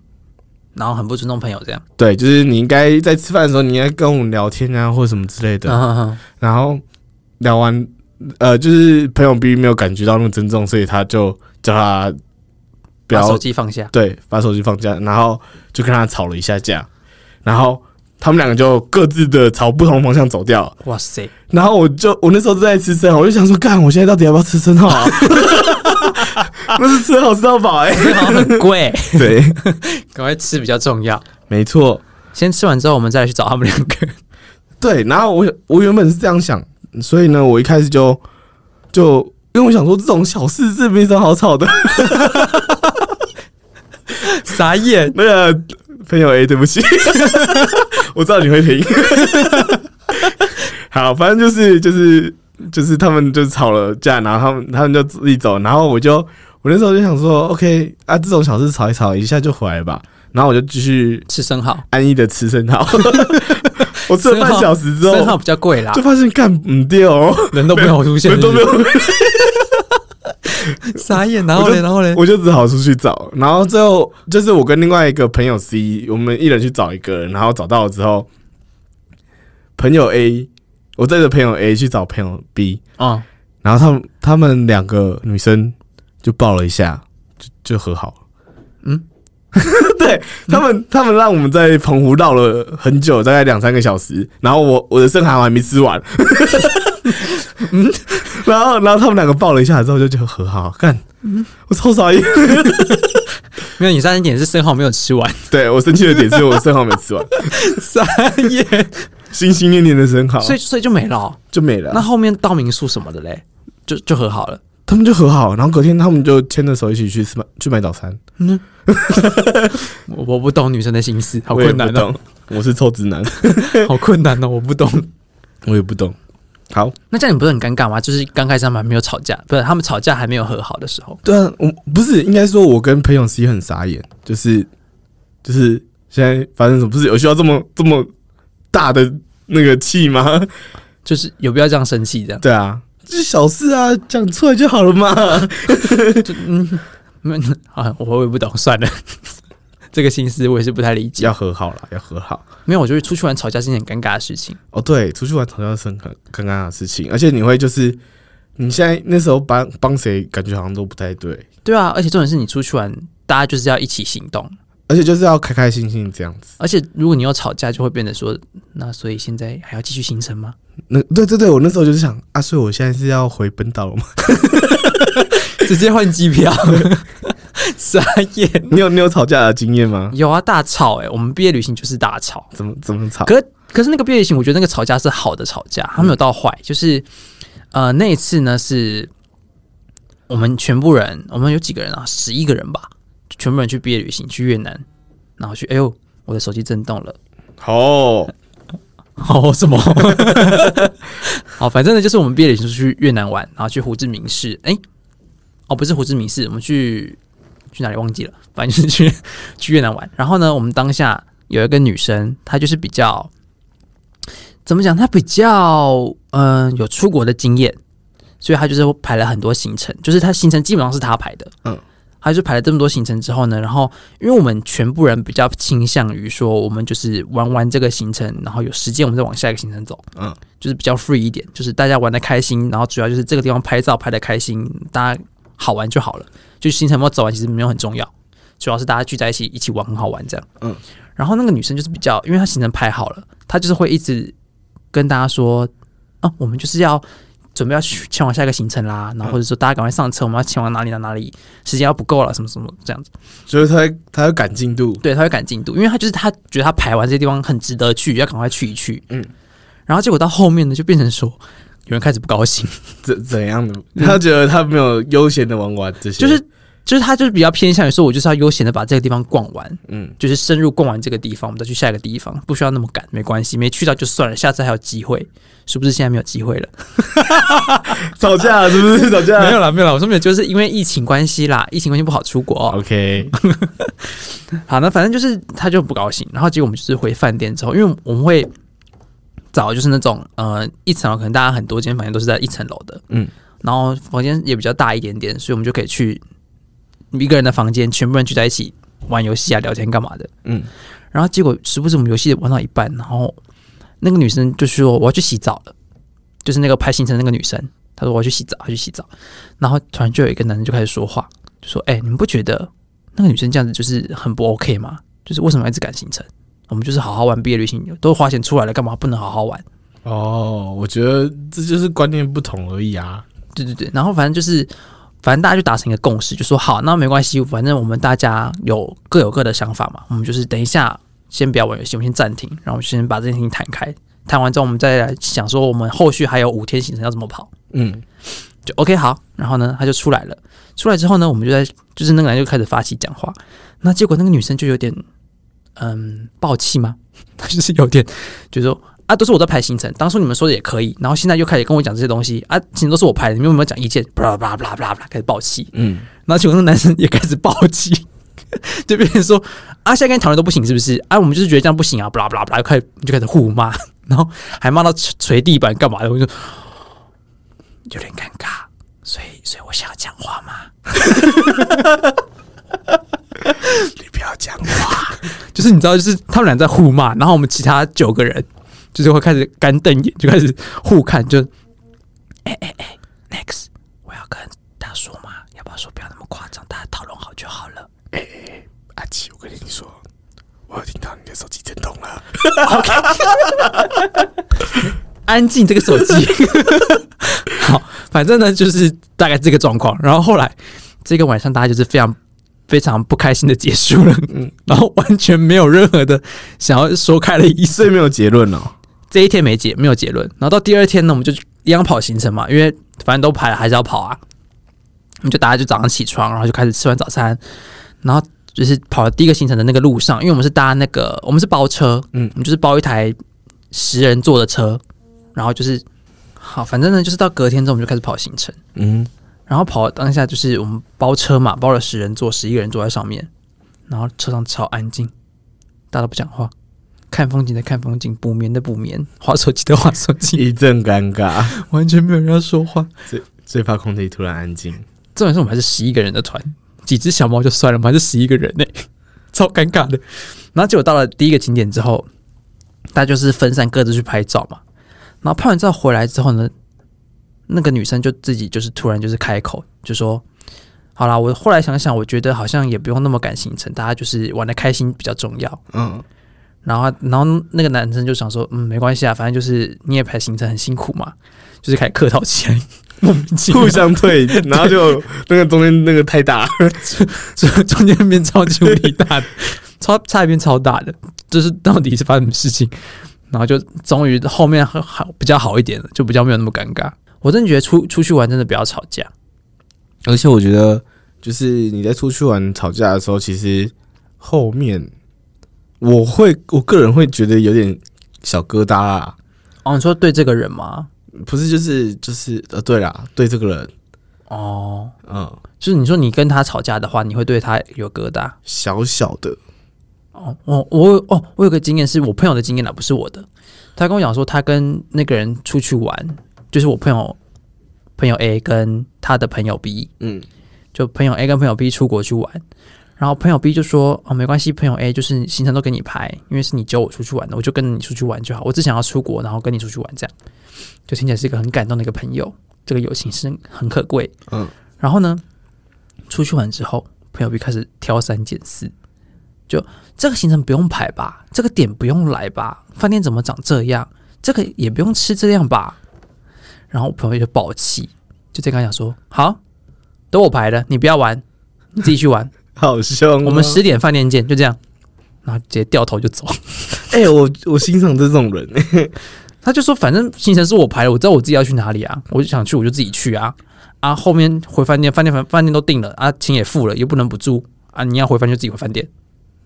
Speaker 1: 然后很不尊重朋友这样。
Speaker 2: 对，就是你应该在吃饭的时候，你应该跟我们聊天啊，或者什么之类的，
Speaker 1: 嗯嗯嗯
Speaker 2: 然后聊完，呃，就是朋友 B 没有感觉到那么尊重，所以他就叫他不
Speaker 1: 把
Speaker 2: 要
Speaker 1: 手机放下。
Speaker 2: 对把手机放下，然后就跟他吵了一下架，然后他们两个就各自的朝不同方向走掉。
Speaker 1: 哇 塞，
Speaker 2: 然后我就我那时候正在吃生蚝，我就想说，干，我现在到底要不要吃生蚝啊？那是吃好吃到饱哎、
Speaker 1: 这好像很贵，
Speaker 2: 对，
Speaker 1: 赶快吃比较重要。
Speaker 2: 没错，
Speaker 1: 先吃完之后，我们再来去找他们两个。
Speaker 2: 对。然后我我原本是这样想，所以呢，我一开始就就因为我想说这种小事是没什么好吵的，
Speaker 1: 傻眼，
Speaker 2: 那个朋友哎 A，对不起， 我知道你会听。 好，反正就是就是就是他们就吵了架，然后他们他们就自己走，然后我就我那时候就想说，OK 啊，这种小事吵一吵，一下就回来吧。然后我就继续
Speaker 1: 吃生蚝，
Speaker 2: 安逸的吃生蚝， 我吃了半小时之
Speaker 1: 生蚝
Speaker 2: 后，
Speaker 1: 比较贵啦
Speaker 2: 就，发现干唔掉、哦，
Speaker 1: 人都没有出现，
Speaker 2: 人都没有，
Speaker 1: 是不是傻眼。然后
Speaker 2: 我
Speaker 1: 嘞，
Speaker 2: 就
Speaker 1: 然后嘞，
Speaker 2: 我就只好出去找。然后最后就是我跟另外一个朋友 C，我们一人去找一个人，然后找到了之后，朋友 A，我带着朋友 A 去找朋友 B，
Speaker 1: 嗯，
Speaker 2: 然后他们他们两个女生就抱了一下，就就和好了。
Speaker 1: 嗯，
Speaker 2: 对他们，他们让我们在澎湖绕了很久，大概两三个小时。然后我我的生蚝还没吃完， 嗯，然后然后他们两个抱了一下之后就就和好，看，我超傻眼。
Speaker 1: 没有，你三点是生蚝没有吃 完，
Speaker 2: 对我生气的点是我生蚝没 吃完，
Speaker 1: 傻眼，
Speaker 2: 心心念念的生蚝，
Speaker 1: 所以所以就没了哦、
Speaker 2: 就没了。
Speaker 1: 那后面到民宿什么的嘞，就就和好了。
Speaker 2: 他们就和好，然后隔天他们就牵着手一起去吃去买早餐，
Speaker 1: 嗯，我我不懂女生的心思，好
Speaker 2: 我也
Speaker 1: 困难
Speaker 2: 不
Speaker 1: 哦
Speaker 2: 懂，，我是臭直男，
Speaker 1: 好困难哦，我不懂。
Speaker 2: 我也不懂。好，
Speaker 1: 那这样你不是很尴尬吗？就是刚开始他们还没有吵架，不是他们吵架还没有和好的时候，
Speaker 2: 对啊，我不是应该说，我跟朋友 C 很傻眼，就是就是现在发生什么？不是有需要这么这么大的那个气吗？
Speaker 1: 就是有必要这样生气这样？
Speaker 2: 对啊，这是小事啊，讲出来就好了嘛。
Speaker 1: 就嗯，没有啊，我我也不懂，算了。 这个心思我也是不太理解
Speaker 2: 要。和好了，要和好。
Speaker 1: 没有，我觉得出去玩吵架是一件很尴尬的事情。
Speaker 2: 哦，对，出去玩吵架是很尴尴尬的事情，而且你会就是你现在那时候帮帮谁，感觉好像都不太对，
Speaker 1: 对啊，而且重点是你出去玩，大家就是要一起行动。
Speaker 2: 而且就是要开开心心这样子。
Speaker 1: 而且如果你要吵架，就会变得说，那所以现在还要继续行程吗？
Speaker 2: 那对对对，我那时候就是想啊，所以我现在是要回本岛了吗？
Speaker 1: 直接换机票， 傻眼。
Speaker 2: 你有你有吵架的经验吗？
Speaker 1: 有啊，大吵哎、我们毕业旅行就是大吵。
Speaker 2: 怎么怎么吵？
Speaker 1: 可可是那个毕业旅行，我觉得那个吵架是好的吵架，还没有到坏。就是呃，那一次呢是我们全部人，我们有几个人啊？十一个人吧，全部人去毕业旅行去越南，然后去，哎呦，我的手机震动了。
Speaker 2: 好、哦。
Speaker 1: 哦，什么？ 好，反正呢，就是我们毕业旅行出去越南玩，然后去胡志明市。哎、哦，不是胡志明市，我们去去哪里忘记了，反正就是去 去越南玩。然后呢，我们当下有一个女生，她就是比较怎么讲，她比较嗯、呃有出国的经验，所以她就是排了很多行程，就是她行程基本上是她排的，
Speaker 2: 嗯
Speaker 1: 嗯。他就排了这么多行程之后呢，然后因为我们全部人比较倾向于说，我们就是玩完这个行程，然后有时间我们再往下一个行程走，
Speaker 2: 嗯，
Speaker 1: 就是比较 free 一点，就是大家玩的开心，然后主要就是这个地方拍照拍的开心，大家好玩就好了。就行程有没有走完其实没有很重要，主要是大家聚在一起一起玩很好玩这样。
Speaker 2: 嗯，
Speaker 1: 然后那个女生就是比较，因为她行程排好了，她就是会一直跟大家说，啊，我们就是要准备要去前往下一个行程啦，然后或者说大家赶快上车，我们要前往哪里到哪里，时间要不够了，什么什么这样子。
Speaker 2: 就是他会他会赶进度，
Speaker 1: 对，他会赶进度，因为他就是他觉得他排完这些地方很值得去，要赶快去一去。
Speaker 2: 嗯，
Speaker 1: 然后结果到后面呢，就变成说有人开始不高 兴，
Speaker 2: 怎怎样的？ 他觉得他没有悠闲的玩完这些，
Speaker 1: 就是就是他就是比较偏向于说，我就是要悠闲的把这个地方逛完，
Speaker 2: 嗯，
Speaker 1: 就是深入逛完这个地方，我们再去下一个地方，不需要那么赶，没关系，没去到就算了，下次还有机会，是不是现在没有机会了？
Speaker 2: 吵架了是不是吵架？
Speaker 1: 没有啦，没有啦，我说没有，就是因为疫情关系啦，疫情关系不好出国、
Speaker 2: ，OK，
Speaker 1: 好，那反正就是他就很不高兴，然后结果我们就是回饭店之后，因为我们会找就是那种呃一层楼，可能大家很多间房间都是在一层楼的，
Speaker 2: 嗯，
Speaker 1: 然后房间也比较大一点点，所以我们就可以去一个人的房间，全部人聚在一起玩游戏啊、聊天干嘛的。
Speaker 2: 嗯，
Speaker 1: 然后结果时不时我们游戏玩到一半，然后那个女生就说我要去洗澡了，就是那个拍行程的那个女生，她说我要去洗澡，她去洗澡，然后突然就有一个男生就开始说话，就说：“哎、你们不觉得那个女生这样子就是很不 OK 吗？就是为什么要一直赶行程？我们就是好好玩毕业旅行，都花钱出来了，干嘛不能好好玩？”
Speaker 2: 哦，我觉得这就是观念不同而已啊，
Speaker 1: 对对对，然后反正就是，反正大家就达成一个共识，就说好，那没关系，反正我们大家有各有各的想法嘛，我们就是等一下先不要玩游戏，我们先暂停，然后我们先把这件事情谈开，谈完之后我们再来想说我们后续还有五天行程要怎么跑，
Speaker 2: 嗯，
Speaker 1: 就 OK 好，然后呢他就出来了，出来之后呢，我们就在就是那个人就开始发起讲话，那结果那个女生就有点嗯暴气吗？ 她就是有点就是说。啊，都是我在排行程，当初你们说的也可以，然后现在又开始跟我讲这些东西啊，行程都是我排的，你们有没有讲意见？啪啦啪啦啪啦啪啦啪啦，开始爆气，
Speaker 2: 嗯，
Speaker 1: 然后结果那男生也开始爆气， 就变成说啊，现在跟你讨论都不行，是不是？啊，我们就是觉得这样不行啊，不啦不啦不啦，就开始就开始互骂， 然后还骂到捶捶地板干嘛的，我就有点尴尬，所以所以我想要讲话嘛，
Speaker 2: 你不要讲，
Speaker 1: 就是你知道，就是他们俩在互骂，然后我们其他九个人就是会开始干瞪眼，就开始互看，就哎哎哎，Next，我要跟他说嘛，要不要说不要那么夸张，大家讨论好就好了。
Speaker 2: 阿奇，啊我跟你说，我有听到你的手机震动了，
Speaker 1: 安静这个手机。好，反正呢就是大概这个状况。然后后来这个晚上大家就是非常非常不开心的结束了，然后完全没有任何的想要说开的意
Speaker 2: 所以
Speaker 1: 思。
Speaker 2: 没有结论哦，
Speaker 1: 这一天没结没有结论，然后到第二天呢，我们就一样跑行程嘛，因为反正都排了还是要跑啊。我们就大家就早上起床，然后就开始吃完早餐，然后就是跑第一个行程的那个路上，因为我们是搭那个我们是包车，
Speaker 2: 嗯
Speaker 1: 我们就是包一台十人座的车，然后就是好，反正呢就是到隔天之后我们就开始跑行程，
Speaker 2: 嗯，
Speaker 1: 然后跑当下就是我们包车嘛，包了十人座，十一个人坐在上面，然后车上超安静，大家都不讲话，看风景的看风景，补眠的补眠，划手机的划手 机，
Speaker 2: 一阵尴尬，
Speaker 1: 完全没有人要说话。
Speaker 2: 最怕空气突然安静，
Speaker 1: 重点是我们还是十一个人的团，几只小猫就算了，我们还是十一个人呢、 超尴尬的。然后结果到了第一个景点之后，大家就是分散各自去拍照嘛。然后拍完照回来之后呢，那个女生就自己就是突然就是开口就说：“好啦，我后来想想，我觉得好像也不用那么赶行程，大家就是玩的开心比较重要。”
Speaker 2: 嗯，
Speaker 1: 然后，然后那个男生就想说，嗯，没关系啊，反正就是你也排行程很辛苦嘛，就是开始客套起来， 莫名其妙
Speaker 2: 互相 退，然后就那个中间那个太大，
Speaker 1: 中 中间变超级无敌大的，超差一边超大的，就是到底是发生什么事情？然后就终于后面好好比较好一点了，就比较没有那么尴尬。我真的觉得出出去玩真的不要吵架，
Speaker 2: 而且我觉得，就是你在出去玩吵架的时候，其实后面我会，我个人会觉得有点小疙瘩啊，
Speaker 1: 哦，你说对这个人吗？
Speaker 2: 不是就是就是呃，对啦，对这个人，
Speaker 1: 哦，
Speaker 2: 嗯，
Speaker 1: 就是你说你跟他吵架的话，你会对他有疙瘩。
Speaker 2: 小小的，
Speaker 1: 哦，我我有哦，我有个经验是我朋友的经验啦，不是我的。他跟我讲说，他跟那个人出去玩，就是我朋友朋友 A 跟他的朋友 B，
Speaker 2: 嗯，
Speaker 1: 就朋友 A 跟朋友 B 出国去玩，然后朋友 B 就说：“哦，没关系，朋友 A 就是行程都给你排，因为是你揪我出去玩的，我就跟你出去玩就好。我只想要出国，然后跟你出去玩，这样就听起来是一个很感动的一个朋友，这个友情是很可贵。
Speaker 2: 嗯，
Speaker 1: 然后呢，出去玩之后，朋友 B 开始挑三拣四，就这个行程不用排吧，这个点不用来吧，饭店怎么长这样，这个也不用吃这样吧。然后我朋友就爆气，就在跟他讲说：“好，都我排的，你不要玩，你自己去玩。”
Speaker 2: 好凶哦、
Speaker 1: 我们十点饭店见，就这样，然后直接掉头就走。
Speaker 2: 哎、我我欣赏这种人、
Speaker 1: 他就说，反正行程是我排的，我知道我自己要去哪里啊，我就想去我就自己去啊。啊，后面回饭店，饭店饭店都定了啊，钱也付了，又不能不住啊，你要回饭店就自己回饭店，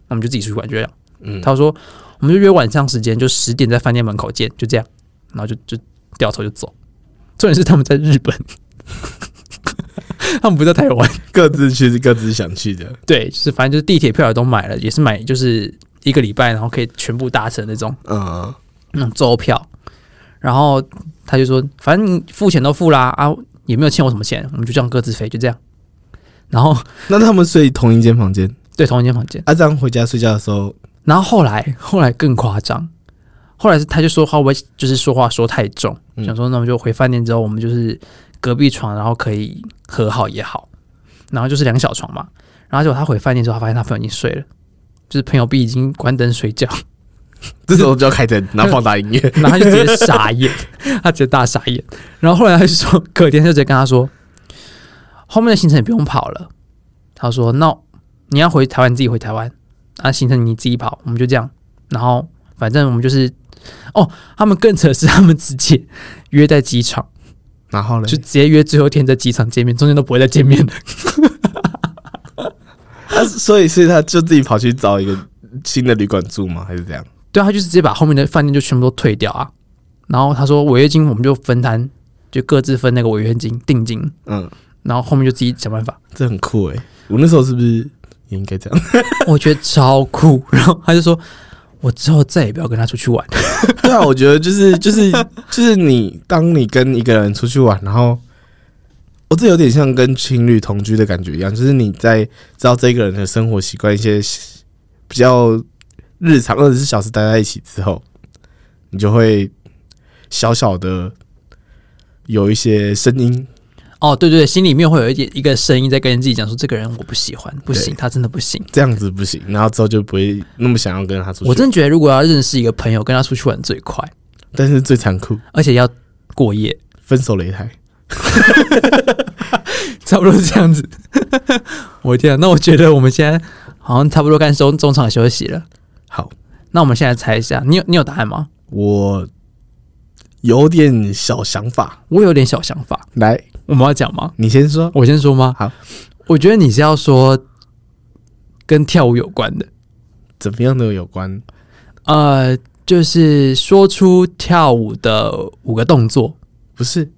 Speaker 1: 那我们就自己出去玩，就这样。
Speaker 2: 嗯，
Speaker 1: 他说，我们就约晚上时间，就十点在饭店门口见，就这样，然后就就掉头就走。重点是他们在日本， 他们不在台湾。
Speaker 2: 各自去各自想去的，
Speaker 1: 对，就是反正就是地铁票也都买了，也是买就是一个礼拜，然后可以全部搭乘那种
Speaker 2: 嗯，
Speaker 1: 那种周票。然后他就说，反正你付钱都付啦，啊，也没有欠我什么钱，我们就这样各自飞，就这样。然后
Speaker 2: 那他们睡同一间房间，
Speaker 1: 对同一间房间，
Speaker 2: 啊，这样回家睡觉的时候，
Speaker 1: 然后后来后来更夸张，后来是他就说话会就是说话说太重，
Speaker 2: 嗯
Speaker 1: 想说那我们就回饭店之后，我们就是隔壁床，然后可以和好也好，然后就是两小床嘛，然后结果他回饭店之后，他发现他朋友已经睡了，就是朋友 B 已经关灯睡觉，
Speaker 2: 这时候就要开灯，然后放大音乐，
Speaker 1: 然后他就直接傻眼，他直接大傻眼。然后后来他就说，隔天就直接跟他说，后面的行程也不用跑了。他说：“那你要回台湾，你自己回台湾，啊，行程你自己跑，我们就这样。然后反正我们就是，哦，他们更扯的是，他们直接约在机场，
Speaker 2: 然后呢
Speaker 1: 就，直接约最后一天在机场见面，中间都不会再见面了。
Speaker 2: 啊，所以所以他就自己跑去找一个新的旅馆住吗？还是这样？
Speaker 1: 对啊，他就是直接把后面的饭店就全部都退掉啊。然后他说违约金我们就分摊，就各自分那个违约金定金，
Speaker 2: 嗯，
Speaker 1: 然后后面就自己想办法。”
Speaker 2: 这很酷哎、我那时候是不是也应该这样？
Speaker 1: 我觉得超酷。然后他就说，我之后再也不要跟他出去玩。
Speaker 2: 对啊，我觉得就是 就是就是你，当你跟一个人出去玩，然后我这有点像跟情侣同居的感觉一样，就是你在知道这个人的生活习惯，一些比较日常二十四小时待在一起之后，你就会小小的有一些声音，
Speaker 1: 哦，对对对，心里面会有一点一个声音在跟自己讲说，这个人我不喜欢，不行，
Speaker 2: 对
Speaker 1: 他真的不行。
Speaker 2: 这样子不行，然后之后就不会那么想要跟他出去。
Speaker 1: 我真的觉得，如果要认识一个朋友，跟他出去玩最快，
Speaker 2: 但是最残酷，
Speaker 1: 而且要过夜，
Speaker 2: 分手擂台。
Speaker 1: 差不多是这样子。 我的天、啊，那我觉得我们现在好像差不多该中中场休息了。
Speaker 2: 好，
Speaker 1: 那我们现在猜一下，你有你有答案吗？
Speaker 2: 我有点小想法，
Speaker 1: 我有点小想法，
Speaker 2: 来，
Speaker 1: 我们要讲吗？
Speaker 2: 你先说。
Speaker 1: 我先说吗？
Speaker 2: 好，
Speaker 1: 我觉得你是要说跟跳舞有关的。
Speaker 2: 怎么样都有关？
Speaker 1: 呃，就是说出跳舞的五个动作。
Speaker 2: 不是？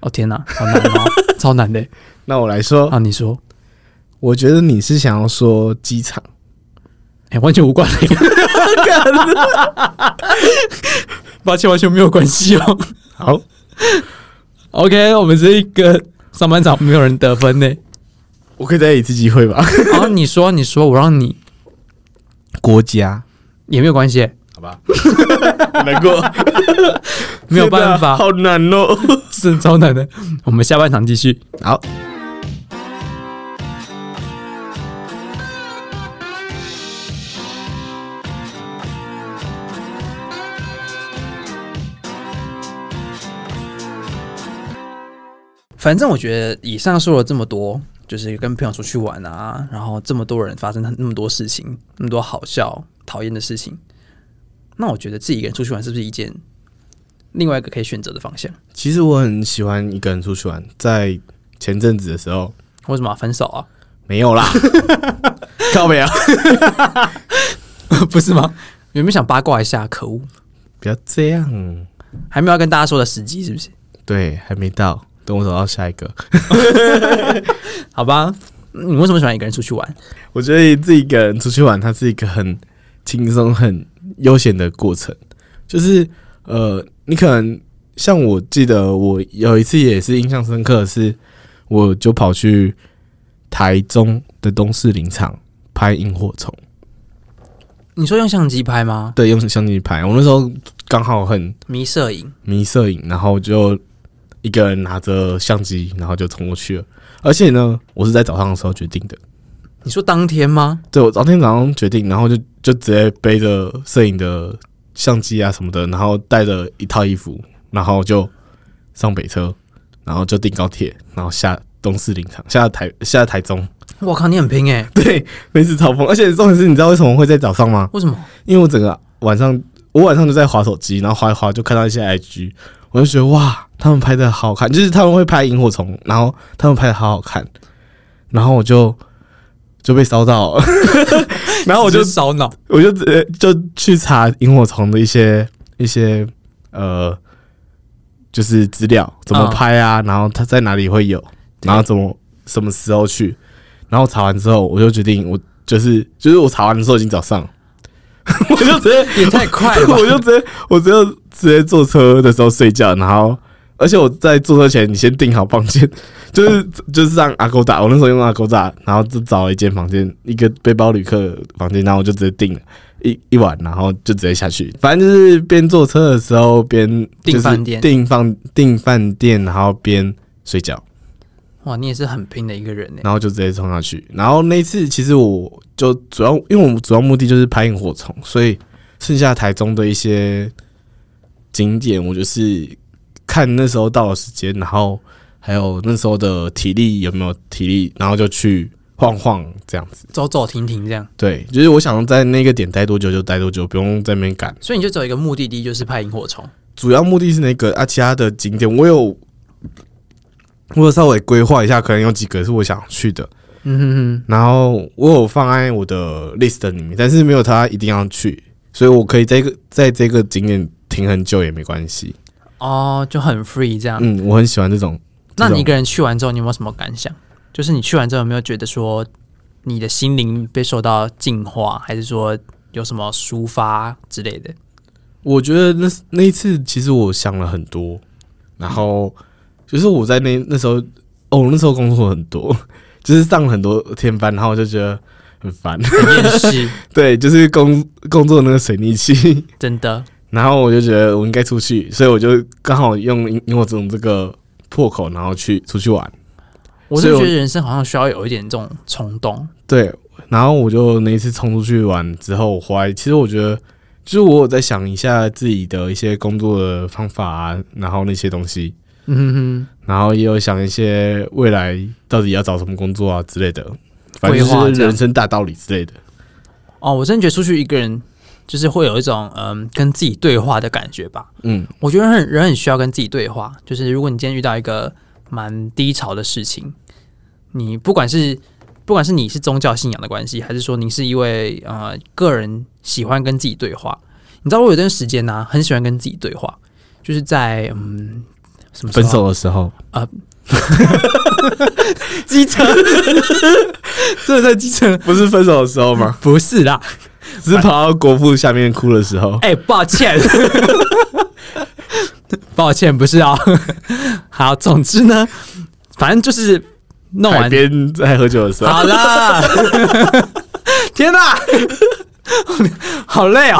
Speaker 1: 哦天哪，好难哦， 超难的。
Speaker 2: 那我来说，
Speaker 1: 啊，你说，
Speaker 2: 我觉得你是想要说机场，
Speaker 1: 哎、完全无关 联，抱歉，完全没有关系哦。
Speaker 2: 好，
Speaker 1: OK，我们这一个上半场没有人得分呢。
Speaker 2: 我可以再给你一次机会吧？
Speaker 1: 然后你说，你说，我让你
Speaker 2: 国家，
Speaker 1: 也没有关系，
Speaker 2: 好吧， 难过，
Speaker 1: 没有办
Speaker 2: 天哪
Speaker 1: 法，
Speaker 2: 好难哦。
Speaker 1: 是超难的。我们下半场继续。
Speaker 2: 好，
Speaker 1: 反正我觉得以上说了这么多，就是跟朋友出去玩啊，然后这么多人发生那么多事情，那么多好笑、讨厌的事情，那我觉得自己一个人出去玩是不是一件另外一个可以选择的方向？
Speaker 2: 其实我很喜欢一个人出去玩，在前阵子的时候
Speaker 1: 为什么要分手 啊？
Speaker 2: 没有啦，靠没有，
Speaker 1: 不是吗？有没有想八卦一下？可恶，
Speaker 2: 不要这样。
Speaker 1: 还没有要跟大家说的时机是不是？
Speaker 2: 对，还没到，等我找到下一个。
Speaker 1: 好吧，你为什么喜欢一个人出去玩？
Speaker 2: 我觉得自己一个人出去玩，它是一个很轻松、很悠闲的过程。就是呃，你可能像我记得我有一次也是印象深刻的是，我就跑去台中的东势林场拍萤火虫，
Speaker 1: 你说用相机拍吗？
Speaker 2: 对，用相机拍。我那时候刚好很
Speaker 1: 迷摄影，
Speaker 2: 迷摄影，然后就一个人拿着相机，然后就冲过去了。而且呢，我是在早上的时候决定的，
Speaker 1: 你说当天吗？
Speaker 2: 对我昨天早上决定，然后就就直接背着摄影的相机啊什么的，然后带着一套衣服，然后就上北车，然后就订高铁，然后下东势林场，下台下台中。
Speaker 1: 我靠，你很拼哎、
Speaker 2: 对，每次嘲讽，而且重点是，你知道为什么会在早上吗？
Speaker 1: 为什么？
Speaker 2: 因为我整个晚上，我晚上就在划手机，然后划一划就看到一些 IG，我就觉得哇，他们拍的好看，就是他们会拍萤火虫，然后他们拍的好好看，然后我就就被烧到了，然后我就
Speaker 1: 只是烧脑，
Speaker 2: 我就直接就去查萤火虫的一些一些呃，就是资料怎么
Speaker 1: 嗯
Speaker 2: 拍啊，然后它在哪里会有，
Speaker 1: 对
Speaker 2: 然后怎么什么时候去，然后查完之后，我就决定我就是就是我查完的时候已经早上了， 我就直接！
Speaker 1: 也太快了吧
Speaker 2: 我就直接，我只有直接坐车的时候睡觉，然后而且我在坐车前，你先订好房间， 就是就是上阿勾达，我那时候用阿勾达，然后就找了一间房间，一个背包旅客房间，然后我就直接订了一一晚，然后就直接下去，反正就是边坐车的时候边
Speaker 1: 订
Speaker 2: 就是
Speaker 1: 饭店
Speaker 2: 订饭订饭店，然后边睡觉。
Speaker 1: 哇，你也是很拼的一个人哎、
Speaker 2: 然后就直接冲下去。然后那一次其实我就主要，因为我们主要目的就是拍萤火虫，所以剩下台中的一些景点，我就是看那时候到了时间，然后还有那时候的体力有没有体力，然后就去晃晃这样子。
Speaker 1: 走走停停这样，
Speaker 2: 对，就是我想在那个点待多久就待多久，不用在那边赶。
Speaker 1: 所以你就走一个目的地，就是拍萤火虫。
Speaker 2: 主要目的是那个啊，其他的景点我有。我有稍微规划一下，可能有几个是我想去的，
Speaker 1: 嗯哼哼，
Speaker 2: 然后我有放在我的 list 里面，但是没有他一定要去，所以我可以在一个在这个景点停很久也没关系。
Speaker 1: 哦，就很 free 这样。
Speaker 2: 嗯，我很喜欢这种。
Speaker 1: 那你一
Speaker 2: 这种
Speaker 1: 个人去完之后，你有没有什么感想？就是你去完之后，有没有觉得说你的心灵被受到净化，还是说有什么抒发之类 的？
Speaker 2: 我觉得那那一次其实我想了很多，然后就是我在那那时候，哦，我那时候工作很多， 就是上了很多天班，然后我就觉得很烦。
Speaker 1: 很厌世，
Speaker 2: 对，就是工工作那个水泥漆，
Speaker 1: 真的。
Speaker 2: 然后我就觉得我应该出去，所以我就刚好用萤火虫这个破口，然后去出去玩。
Speaker 1: 我是
Speaker 2: 所以我
Speaker 1: 觉得人生好像需要有一点这种冲动，
Speaker 2: 对，然后我就那一次冲出去玩之后，我回来，其实我觉得，就是我有在想一下自己的一些工作的方法啊，然后那些东西，
Speaker 1: 嗯
Speaker 2: 然后也有想一些未来到底要找什么工作啊之类的，反正
Speaker 1: 规划
Speaker 2: 就是
Speaker 1: 这样
Speaker 2: 人生大道理之类的。
Speaker 1: 哼，哦，我真的觉得出去一个人，就是会有一种嗯跟自己对话的感觉吧。
Speaker 2: 嗯，
Speaker 1: 我觉得很人很需要跟自己对话，就是如果你今天遇到一个蛮低潮的事情，你不管是不管是你是宗教信仰的关系，还是说你是因为呃个人喜欢跟自己对话，你知道我有段时间呢、啊很喜欢跟自己对话，就是在嗯什么时候
Speaker 2: 分手的时 候，
Speaker 1: 机车， 真的在机车。
Speaker 2: 不是分手的时候吗？
Speaker 1: 不是啦，
Speaker 2: 是跑到国父下面哭的时候。
Speaker 1: 哎、抱歉， 抱歉，不是啊、 好，总之呢，反正就是弄
Speaker 2: 海
Speaker 1: 完
Speaker 2: 边在喝酒的时候，
Speaker 1: 好啦， 天哪，好累哦，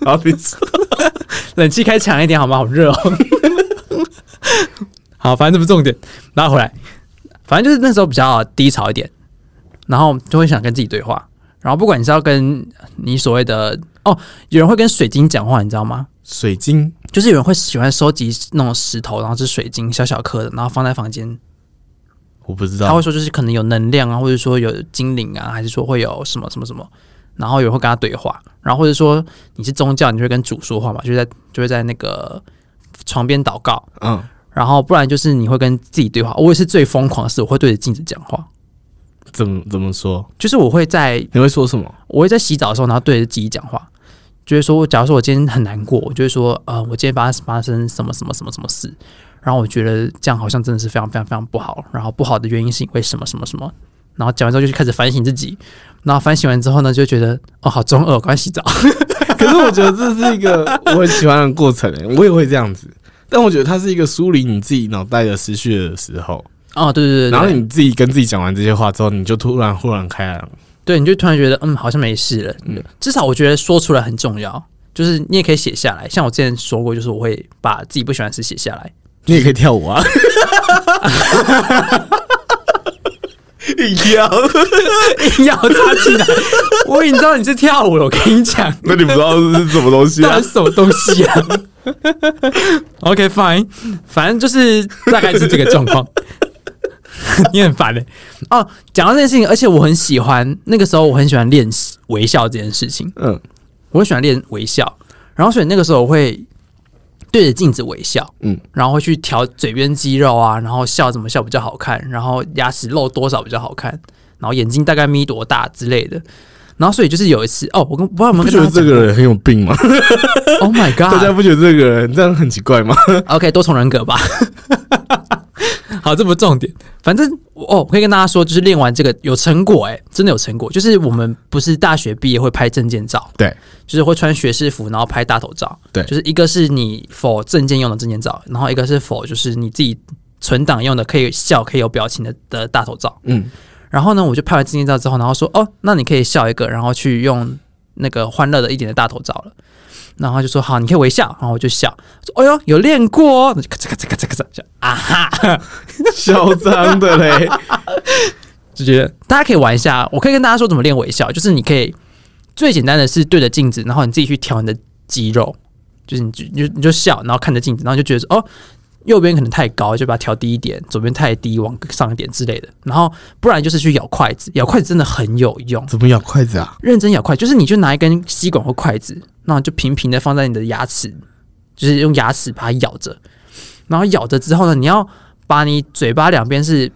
Speaker 2: 然后你说
Speaker 1: 冷气开强一点好吗？好热哦。 好，反正这不是重点，拉回来。反正就是那时候比较低潮一点，然后就会想跟自己对话。然后不管你是要跟你所谓的哦，有人会跟水晶讲话，你知道吗？
Speaker 2: 水晶
Speaker 1: 就是有人会喜欢收集那种石头，然后是水晶，小小颗的，然后放在房间
Speaker 2: 我不知
Speaker 1: 他
Speaker 2: 道
Speaker 1: 会，说就是可能有能量啊，或者说有精灵啊，还是说会有什么什么什么，然后有人会跟他对话，然后或者说你是宗教，你就会跟主说话嘛，就在就会在那个床边祷告，
Speaker 2: 嗯，
Speaker 1: 然后不然就是你会跟自己对话。我也是最疯狂的是，我会对着镜子讲话，
Speaker 2: 怎么怎么说？
Speaker 1: 就是我会在
Speaker 2: 你会说什么？
Speaker 1: 我会在洗澡的时候，然后对着自己讲话，就是说，假如说我今天很难过，我就会说，呃，我今天发发生什么什么什么什么事，然后我觉得这样好像真的是非常非常非常不好，然后不好的原因是因为什么什么什么，然后讲完之后就开始反省自己，然后反省完之后呢，就觉得哦好中二，赶快洗澡，
Speaker 2: 可是我觉得这是一个 我很喜欢的过程、欸，我也会这样子。但我觉得它是一个梳理你自己脑袋的思绪的时候，
Speaker 1: 哦，对对对对，
Speaker 2: 然后你自己跟自己讲完这些话之后，你就突然豁然开朗。
Speaker 1: 对你就突然觉得嗯，好像没事了。
Speaker 2: 嗯
Speaker 1: 至少我觉得说出来很重要，就是你也可以写下来。像我之前说过，就是我会把自己不喜欢的事写下来。
Speaker 2: 你也可以跳舞啊！跳，
Speaker 1: 硬要插进来，我已经知道你是跳舞了。我跟你讲，
Speaker 2: 那你不知道是什么东西
Speaker 1: 到
Speaker 2: 啊
Speaker 1: 底？是什么东西 啊？OK fine，反正就是大概是这个状况。 你很烦的、哦。讲到这件事情，而且我很喜欢那个时候，我很喜欢练习微笑这件事情。
Speaker 2: 嗯
Speaker 1: 我很喜欢练微笑，然后所以那个时候我会对着镜子微笑，
Speaker 2: 嗯，
Speaker 1: 然后会去调嘴边肌肉啊，然后笑怎么笑比较好看，然后牙齿露多少比较好看，然后眼睛大概眯多大之类的。然后所以就是有一次哦，我跟不知道有没有
Speaker 2: 不
Speaker 1: 跟
Speaker 2: 觉得这个人很有病 吗？
Speaker 1: 人，Oh my
Speaker 2: 大家
Speaker 1: God，OK，、
Speaker 2: 不觉得这个人这样很奇怪吗？
Speaker 1: OK，多重人格吧。 好，这不重点，反正哦，我可以跟大家说，就是练完这个有成果、欸，真的有成果。就是我们不是大学毕业会拍证件照，
Speaker 2: 对，
Speaker 1: 就是会穿学士服，然后拍大头照。
Speaker 2: 对
Speaker 1: 就是一个是你否证件用的证件照，然后一个是否就是你自己存档用的可以笑可以有表情的的大头照。
Speaker 2: 嗯，
Speaker 1: 然后呢，我就拍完证件照之后，然后说哦，那你可以笑一个，然后去用那个欢乐的一点的大头照了。然后他就说好，你可以微笑，然后我就笑，说哎呦有练过哦，那就咔嚓咔嚓咔嚓咔嚓，就啊哈，
Speaker 2: 嚣张的 嘞，
Speaker 1: 就觉得大家可以玩一下，我可以跟大家说怎么练微笑，就是你可以最简单的是对着镜子，然后你自己去调你的肌肉，就是你就你就你就笑，然后看着镜子，然后就觉得说哦，右边可能太高，就把它调低一点；左边太低，往上一点之类的。然后不然就是去咬筷子，咬筷子真的很有用，
Speaker 2: 怎么咬筷子啊？
Speaker 1: 认真咬筷，就是你就拿一根吸管或筷子，然后就平平的放在你的牙齿，就是用牙齿把它咬着，然后咬着之后呢，你要把你嘴巴两边是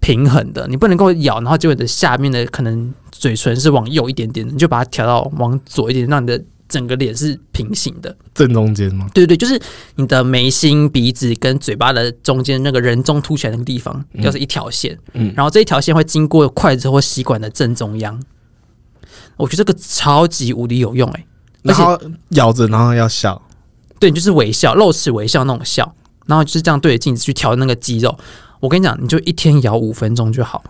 Speaker 1: 平衡的，你不能够咬，然后结果你的下面的可能嘴唇是往右一点点的，你就把它调到往左一点，让你的整个脸是平行的。
Speaker 2: 正中间吗？
Speaker 1: 对对对，就是你的眉心、鼻子跟嘴巴的中间那个人中凸起来那个地方，要是一条线，
Speaker 2: 嗯
Speaker 1: 然后这一条线会经过筷子或吸管的正中央。我觉得这个超级无敌有用哎、而
Speaker 2: 然
Speaker 1: 且
Speaker 2: 后咬着，然后要笑，
Speaker 1: 对，就是微笑，露齿微笑那种笑，然后就是这样对着镜子去调那个肌肉。我跟你讲，你就一天咬五分钟就好，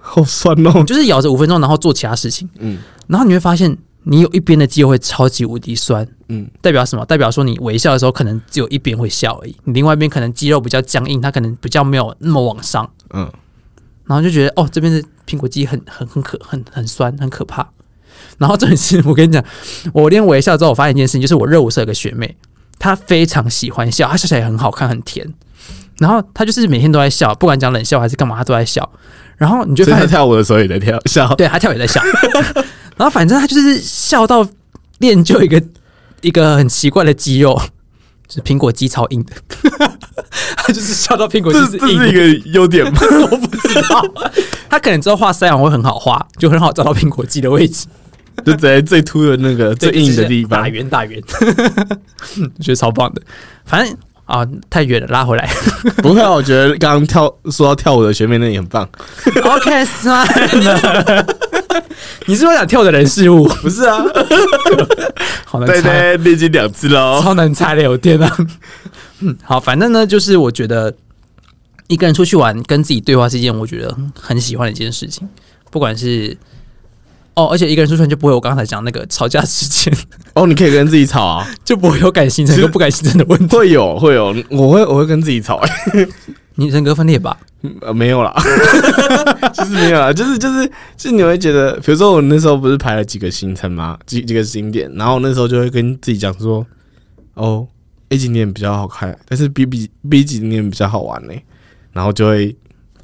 Speaker 2: 好酸哦
Speaker 1: 你！就是咬着五分钟，然后做其他事情，
Speaker 2: 嗯
Speaker 1: 然后你会发现你有一边的肌肉会超级无敌酸，
Speaker 2: 嗯，
Speaker 1: 代表什么？代表说你微笑的时候，可能只有一边会笑而已，你另外一边可能肌肉比较僵硬，它可能比较没有那么往上，
Speaker 2: 嗯，
Speaker 1: 然后就觉得哦，这边的苹果肌很很很可很很酸，很可怕。然后重点是我跟你讲，我练微笑之后，我发现一件事情，就是我热舞社有个学妹，她非常喜欢笑，她笑起来很好看，很甜。然后她就是每天都在笑，不管讲冷笑还是干嘛，她都在笑。然后你就
Speaker 2: 所以
Speaker 1: 发
Speaker 2: 他
Speaker 1: 现
Speaker 2: 跳舞的时候也在跳笑，
Speaker 1: 对他跳也在笑， 然后反正他就是笑到练就一个一个很奇怪的肌肉，就是苹果肌超硬的， 他就是笑到苹果肌
Speaker 2: 这
Speaker 1: 是
Speaker 2: 这
Speaker 1: 硬
Speaker 2: 是
Speaker 1: 的，
Speaker 2: 一个优点 吗？
Speaker 1: 我不知道。 他可能之后画腮红会很好画，就很好找到苹果肌的位置，
Speaker 2: 就在最凸的那个最硬的地方
Speaker 1: 打。圆打圆， 我觉得超棒的。反正啊，太远了，拉回来。
Speaker 2: 不会啊，我觉得刚刚跳说到跳舞的学妹那也很棒。
Speaker 1: OK，算了。 你是不是想跳的人事物？
Speaker 2: 不是 啊，
Speaker 1: 好难
Speaker 2: 对
Speaker 1: 猜。
Speaker 2: 对，历经两次喽。
Speaker 1: 超难猜的，我 天啊！嗯，好，反正呢，就是我觉得一个人出去玩跟自己对话是一件我觉得很很喜欢的一件事情，不管是哦，而且一个人出去玩就不会有我刚才讲那个吵架事件，
Speaker 2: 哦，你可以跟自己吵啊，
Speaker 1: 就不会有感性成跟不感性成的问题，
Speaker 2: 会有会有，我会我会跟自己吵、欸，
Speaker 1: 你人格分裂吧？
Speaker 2: 呃，没有啦， 就是没有啦，就是就是就是你会觉得，比如说我那时候不是排了几个行程嘛，几几个景点，然后我那时候就会跟自己讲说，哦，A 景点比较好看，但是 B B B 景点比较好玩呢、然后就会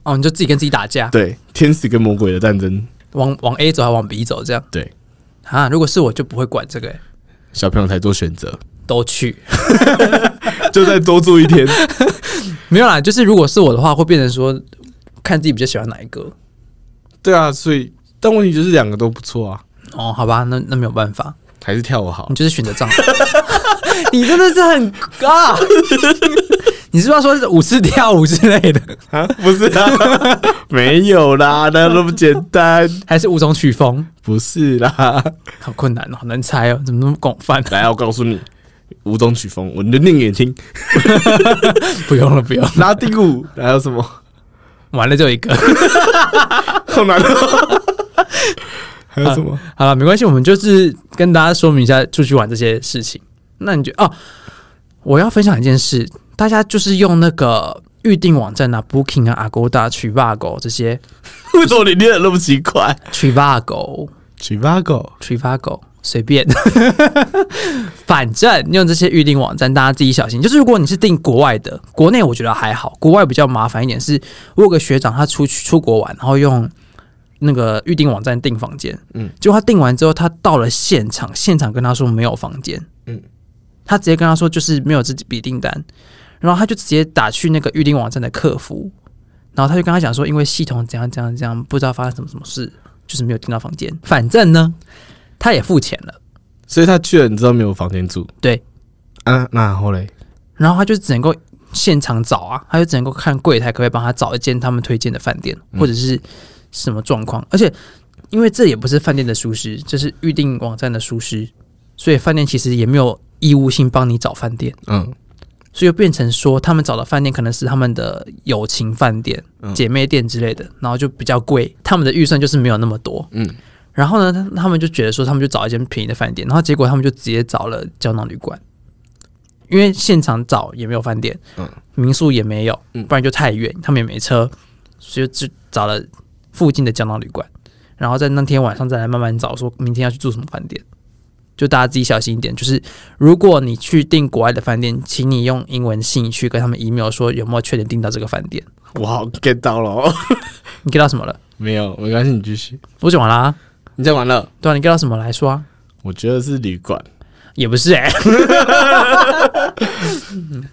Speaker 1: 哦，你就自己跟自己打架，
Speaker 2: 对天使跟魔鬼的战争，
Speaker 1: 往往 A 走还往 B 走这样
Speaker 2: 对
Speaker 1: 啊？如果是我就不会管这个、欸
Speaker 2: 小朋友才做选择，
Speaker 1: 都去
Speaker 2: 就再多住一天。
Speaker 1: 没有啦，就是如果是我的话，会变成说看自己比较喜欢哪一个
Speaker 2: 对啊，所以但问题就是两个都不错啊，
Speaker 1: 哦，好吧，那那没有办法，
Speaker 2: 还是跳舞好
Speaker 1: 你。就是选择障碍。你真的是很啊！ 你是不是要说舞狮跳舞之类的，
Speaker 2: 啊，不是啦，没有啦，哪有那么简单？
Speaker 1: 还是五种曲风？
Speaker 2: 不是啦，
Speaker 1: 好困难哦，好难猜哦，怎么那么广泛？
Speaker 2: 来，我告诉你，五种曲风，我就念给你听，
Speaker 1: 不用了，不用了。
Speaker 2: 拉丁舞，还有什么
Speaker 1: 完了就一个。
Speaker 2: 好难哦。还有什么？
Speaker 1: 好了，没关系，我们就是跟大家说明一下出去玩这些事情。那你觉得哦，我要分享一件事，大家就是用那个预订网站啊，Booking 啊、Agoda、Trivago 这些
Speaker 2: 为什么你念的那么奇怪
Speaker 1: Trivago、
Speaker 2: t r i v a g o
Speaker 1: Trivago 随便， 反正用这些预订网站，大家自己小心。就是如果你是订国外的，国内我觉得还好，国外比较麻烦一点是。我有个学长，他出去出国玩，然后用那个预订网站订房间，嗯
Speaker 2: 嗯，
Speaker 1: 结果他订完之后，他到了现场，现场跟他说没有房间，嗯
Speaker 2: 嗯，
Speaker 1: 他直接跟他说就是没有自己笔订单，然后他就直接打去那个预订网站的客服，然后他就跟他讲说，因为系统怎样怎样怎样，不知道发生什么什么事，就是没有订到房间，反正呢，他也付钱了。
Speaker 2: 所以他去了，你知道没有房间住？
Speaker 1: 对
Speaker 2: 啊，那然后嘞，
Speaker 1: 然后他就只能够现场找啊，他就只能够看柜台可不可以帮他找一间他们推荐的饭店，或者是什么状况。而且，因为这也不是饭店的疏失，这是预订网站的疏失，所以饭店其实也没有义务性帮你找饭店，
Speaker 2: 嗯，
Speaker 1: 所以就变成说他们找的饭店可能是他们的友情饭店、
Speaker 2: 嗯
Speaker 1: 姐妹店之类的，然后就比较贵，他们的预算就是没有那么多。
Speaker 2: 嗯，
Speaker 1: 然后呢，他他们就觉得说他们就找一间便宜的饭店，然后结果他们就直接找了胶囊旅馆，因为现场找也没有饭店，
Speaker 2: 嗯
Speaker 1: 民宿也没有，
Speaker 2: 嗯
Speaker 1: 不然就太远，他们也没车，所以就只找了附近的胶囊旅馆，然后在那天晚上再来慢慢找，说明天要去住什么饭店。就大家自己小心一点，就是如果你去订国外的饭店，请你用英文信去跟他们 email 说有没有确定订到这个饭店。
Speaker 2: 我好 get 到了哦。
Speaker 1: 你 get 到什么了？
Speaker 2: 没有，没关系，你继续。
Speaker 1: 我讲完啦、
Speaker 2: 你讲完了，
Speaker 1: 对啊，你 get 到什么来说啊？
Speaker 2: 我觉得是旅馆
Speaker 1: 也不是哎、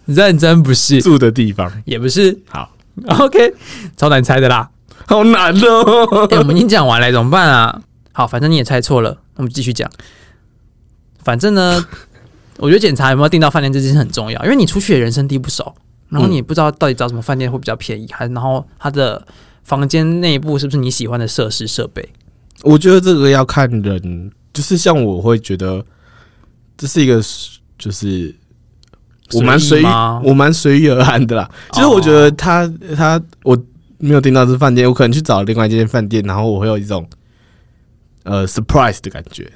Speaker 1: 认真不是，
Speaker 2: 住的地方，
Speaker 1: 也不是。
Speaker 2: 好，
Speaker 1: OK，超难猜的啦。
Speaker 2: 好难哦。
Speaker 1: 哎、我们已经讲完了，怎么办啊？好，反正你也猜错了，我们继续讲。反正呢，我觉得检查有没有订到饭店这件事很重要，因为你出去的人生地不熟，然后
Speaker 2: 嗯
Speaker 1: 你也不知道到底找什么饭店会比较便宜，还然后它的房间内部是不是你喜欢的设施设备？
Speaker 2: 我觉得这个要看人，就是像我会觉得这是一个就是我蛮随
Speaker 1: 随意
Speaker 2: 遇
Speaker 1: 吗
Speaker 2: 我蛮随遇而安的啦。其实我觉得他他我没有订到这饭店，我可能去找另外一间饭店，然后我会有一种呃 surprise 的感觉，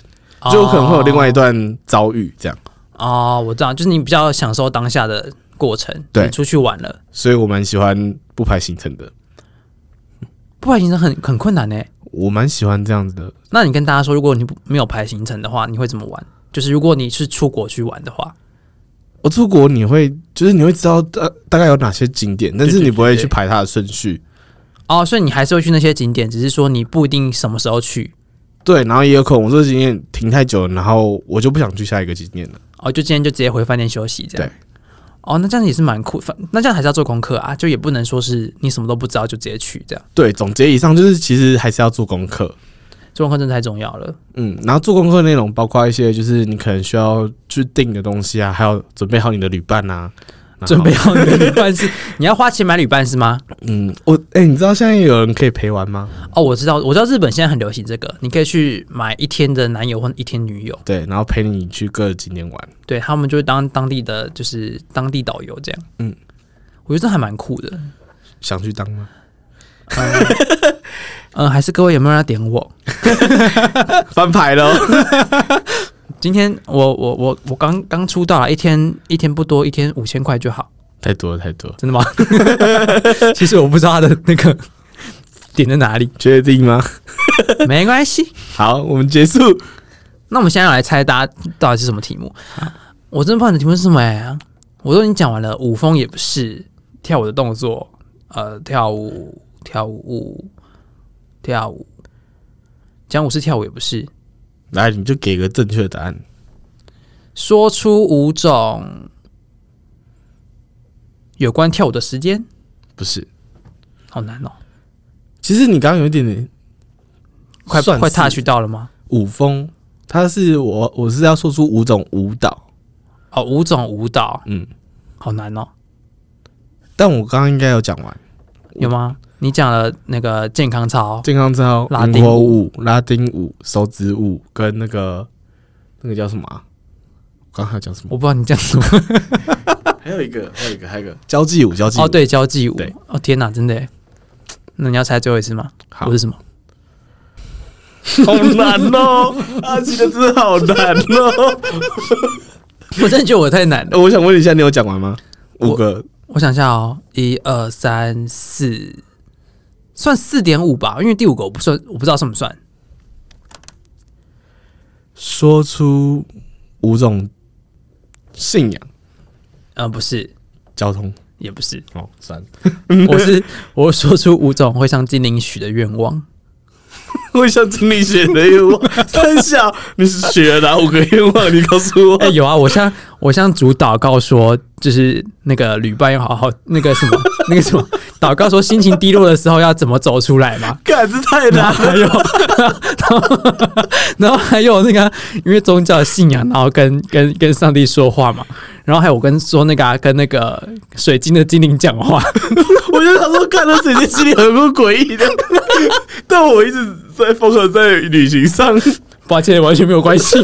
Speaker 2: 就我可能会有另外一段遭遇这样。
Speaker 1: 哦，我知道，就是你比较享受当下的过程，
Speaker 2: 对
Speaker 1: 你出去玩了，
Speaker 2: 所以我蛮喜欢不排行程的，
Speaker 1: 不排行程很很困难呢、
Speaker 2: 我蛮喜欢这样子的。
Speaker 1: 那你跟大家说，如果你不没有排行程的话，你会怎么玩？就是如果你是出国去玩的话，
Speaker 2: 我出国你会就是你会知道大大概有哪些景点，但是你不会去排它的顺序。
Speaker 1: 哦，所以你还是会去那些景点，只是说你不一定什么时候去。
Speaker 2: 对，然后也有可能我这个景点停太久了，然后我就不想去下一个景点了。
Speaker 1: 哦，就今天就直接回饭店休息这样。
Speaker 2: 对。
Speaker 1: 哦，那这样也是蛮酷，反那这样还是要做功课啊，就也不能说是你什么都不知道就直接去这样，
Speaker 2: 对，总结以上就是其实还是要做功课。
Speaker 1: 做功课真的太重要 了。
Speaker 2: 嗯，然后做功课内容包括一些就是你可能需要去订的东西啊，还有准备好你的旅伴啊。然后
Speaker 1: 准备好你的旅伴是， 你要花钱买旅伴是吗？
Speaker 2: 嗯，我哎、你知道现在有人可以陪玩吗？
Speaker 1: 哦，我知道，我知道日本现在很流行这个，你可以去买一天的男友或一天女友，
Speaker 2: 对，然后陪你去各个景点玩。
Speaker 1: 对他们就会当当地的就是当地导游这样。
Speaker 2: 嗯，
Speaker 1: 我觉得这还蛮酷的。
Speaker 2: 想去当吗？
Speaker 1: 嗯，还是各位有没有人要点我？
Speaker 2: 翻牌喽！
Speaker 1: 今天我我我我刚刚出道了，啊一天一天不多，一天五千块就好，
Speaker 2: 太多了，太多了，
Speaker 1: 真的吗？ 其实我不知道他的那个 点在哪里，
Speaker 2: 确 定吗？
Speaker 1: 没关系。
Speaker 2: 好，我们结束。
Speaker 1: 那我们现在要来猜大家到底是什么题目？我真的不知道你的题目是什么哎、我都已经讲完了，舞风也不是，跳舞的动作，呃，跳舞，跳舞，跳舞，讲舞是跳舞也不是，
Speaker 2: 来，你就给个正确的答案。
Speaker 1: 说出五种有关跳舞的时间，
Speaker 2: 不是，
Speaker 1: 好难哦、
Speaker 2: 其实你刚刚有一点点
Speaker 1: 快
Speaker 2: 算
Speaker 1: 快
Speaker 2: 是
Speaker 1: touch 到了吗？
Speaker 2: 舞风，它是我我是要说出五种舞蹈，
Speaker 1: 哦，五种舞蹈，
Speaker 2: 嗯，
Speaker 1: 好难哦、
Speaker 2: 但我刚刚应该有讲完
Speaker 1: 有吗？你讲了那个健康操，
Speaker 2: 健康操、
Speaker 1: 拉丁
Speaker 2: 灵活舞、拉丁舞、手指舞跟那个那个叫什么啊、我刚刚还有讲什么？
Speaker 1: 我不知道你讲什么。
Speaker 2: 还有一个，还有一个，还有一个交际舞，交际舞。
Speaker 1: 哦，，对，交际舞
Speaker 2: 对。
Speaker 1: 哦，天哪，真的耶，那你要猜最后一次吗？
Speaker 2: 好
Speaker 1: 我是什么？
Speaker 2: 好难哦，阿奇的字好难哦。
Speaker 1: 我真的觉得我太难了。
Speaker 2: 我想问一下，你有讲完吗？
Speaker 1: 我
Speaker 2: 五个
Speaker 1: 我想一下哦，一二三四，算四点五吧，因为第五个我不算，我不知道算不算。
Speaker 2: 说出五种信仰
Speaker 1: 呃，不是，
Speaker 2: 交通
Speaker 1: 也不 是，
Speaker 2: 哦，算 了，
Speaker 1: 我是我说出五种会向精灵许的愿望。
Speaker 2: 会像经理学的愿望三小，你是学了哪五个愿望？你告诉我
Speaker 1: 哎、，有啊，我向我向主祷告说，就是那个旅伴要好好那个什么那个什么祷告说，心情低落的时候要怎么走出来嘛。
Speaker 2: 干这太难了。
Speaker 1: 还有，然后还有那个，因为宗教信仰，然后跟跟跟上帝说话嘛，然后还有我跟说那个、啊、跟那个水晶的精灵讲话，
Speaker 2: 我就想说，看到水晶心里很多诡异的， 但我一直在疯狂在旅行上。
Speaker 1: 抱歉，完全没有关系。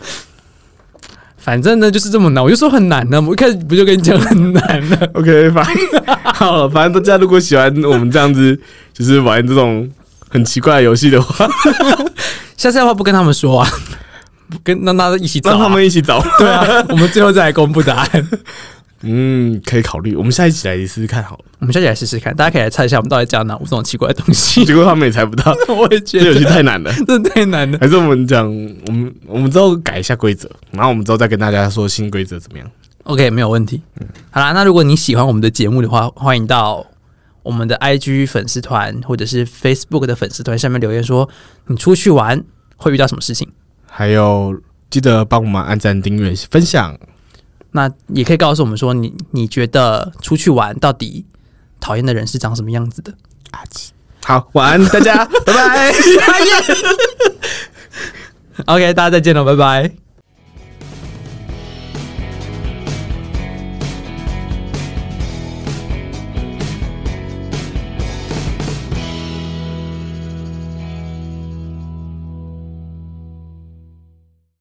Speaker 1: 反正呢就是这么难，我就说很难呢，我一开始不就跟你讲很难了。
Speaker 2: OK，反好了，反正 大家如果喜欢我们这样子，就是玩这种很奇怪的游戏的话，
Speaker 1: 下次要不要不跟他们说啊？不 跟让大家一起找、
Speaker 2: 让
Speaker 1: 啊，
Speaker 2: 他们一起找。
Speaker 1: 对啊，我们最后再来公布答案。
Speaker 2: 嗯，可以考虑，我们下一期来试试看好了。
Speaker 1: 我们下集来试试看，大家可以来猜一下我们到底讲哪五种奇怪的东西。
Speaker 2: 结果他们也猜不到，
Speaker 1: 我也觉
Speaker 2: 这游戏
Speaker 1: 得
Speaker 2: 太难了。
Speaker 1: 这太难 了。
Speaker 2: 还是我们讲，我们我们之后改一下规则，然后我们之后再跟大家说新规则怎么样。
Speaker 1: OK，没有问题。好啦，那如果你喜欢我们的节目的话，欢迎到我们的 IG 粉丝团或者是 Facebook 的粉丝团下面留言说，你出去玩会遇到什么事情。
Speaker 2: 还有，记得帮我们按赞、订阅、分享。
Speaker 1: 那也可以告诉我们说你，你觉得出去玩到底讨厌的人是长什么样子的？
Speaker 2: 好，晚安大家，拜拜。
Speaker 1: OK，大家再见了，拜拜。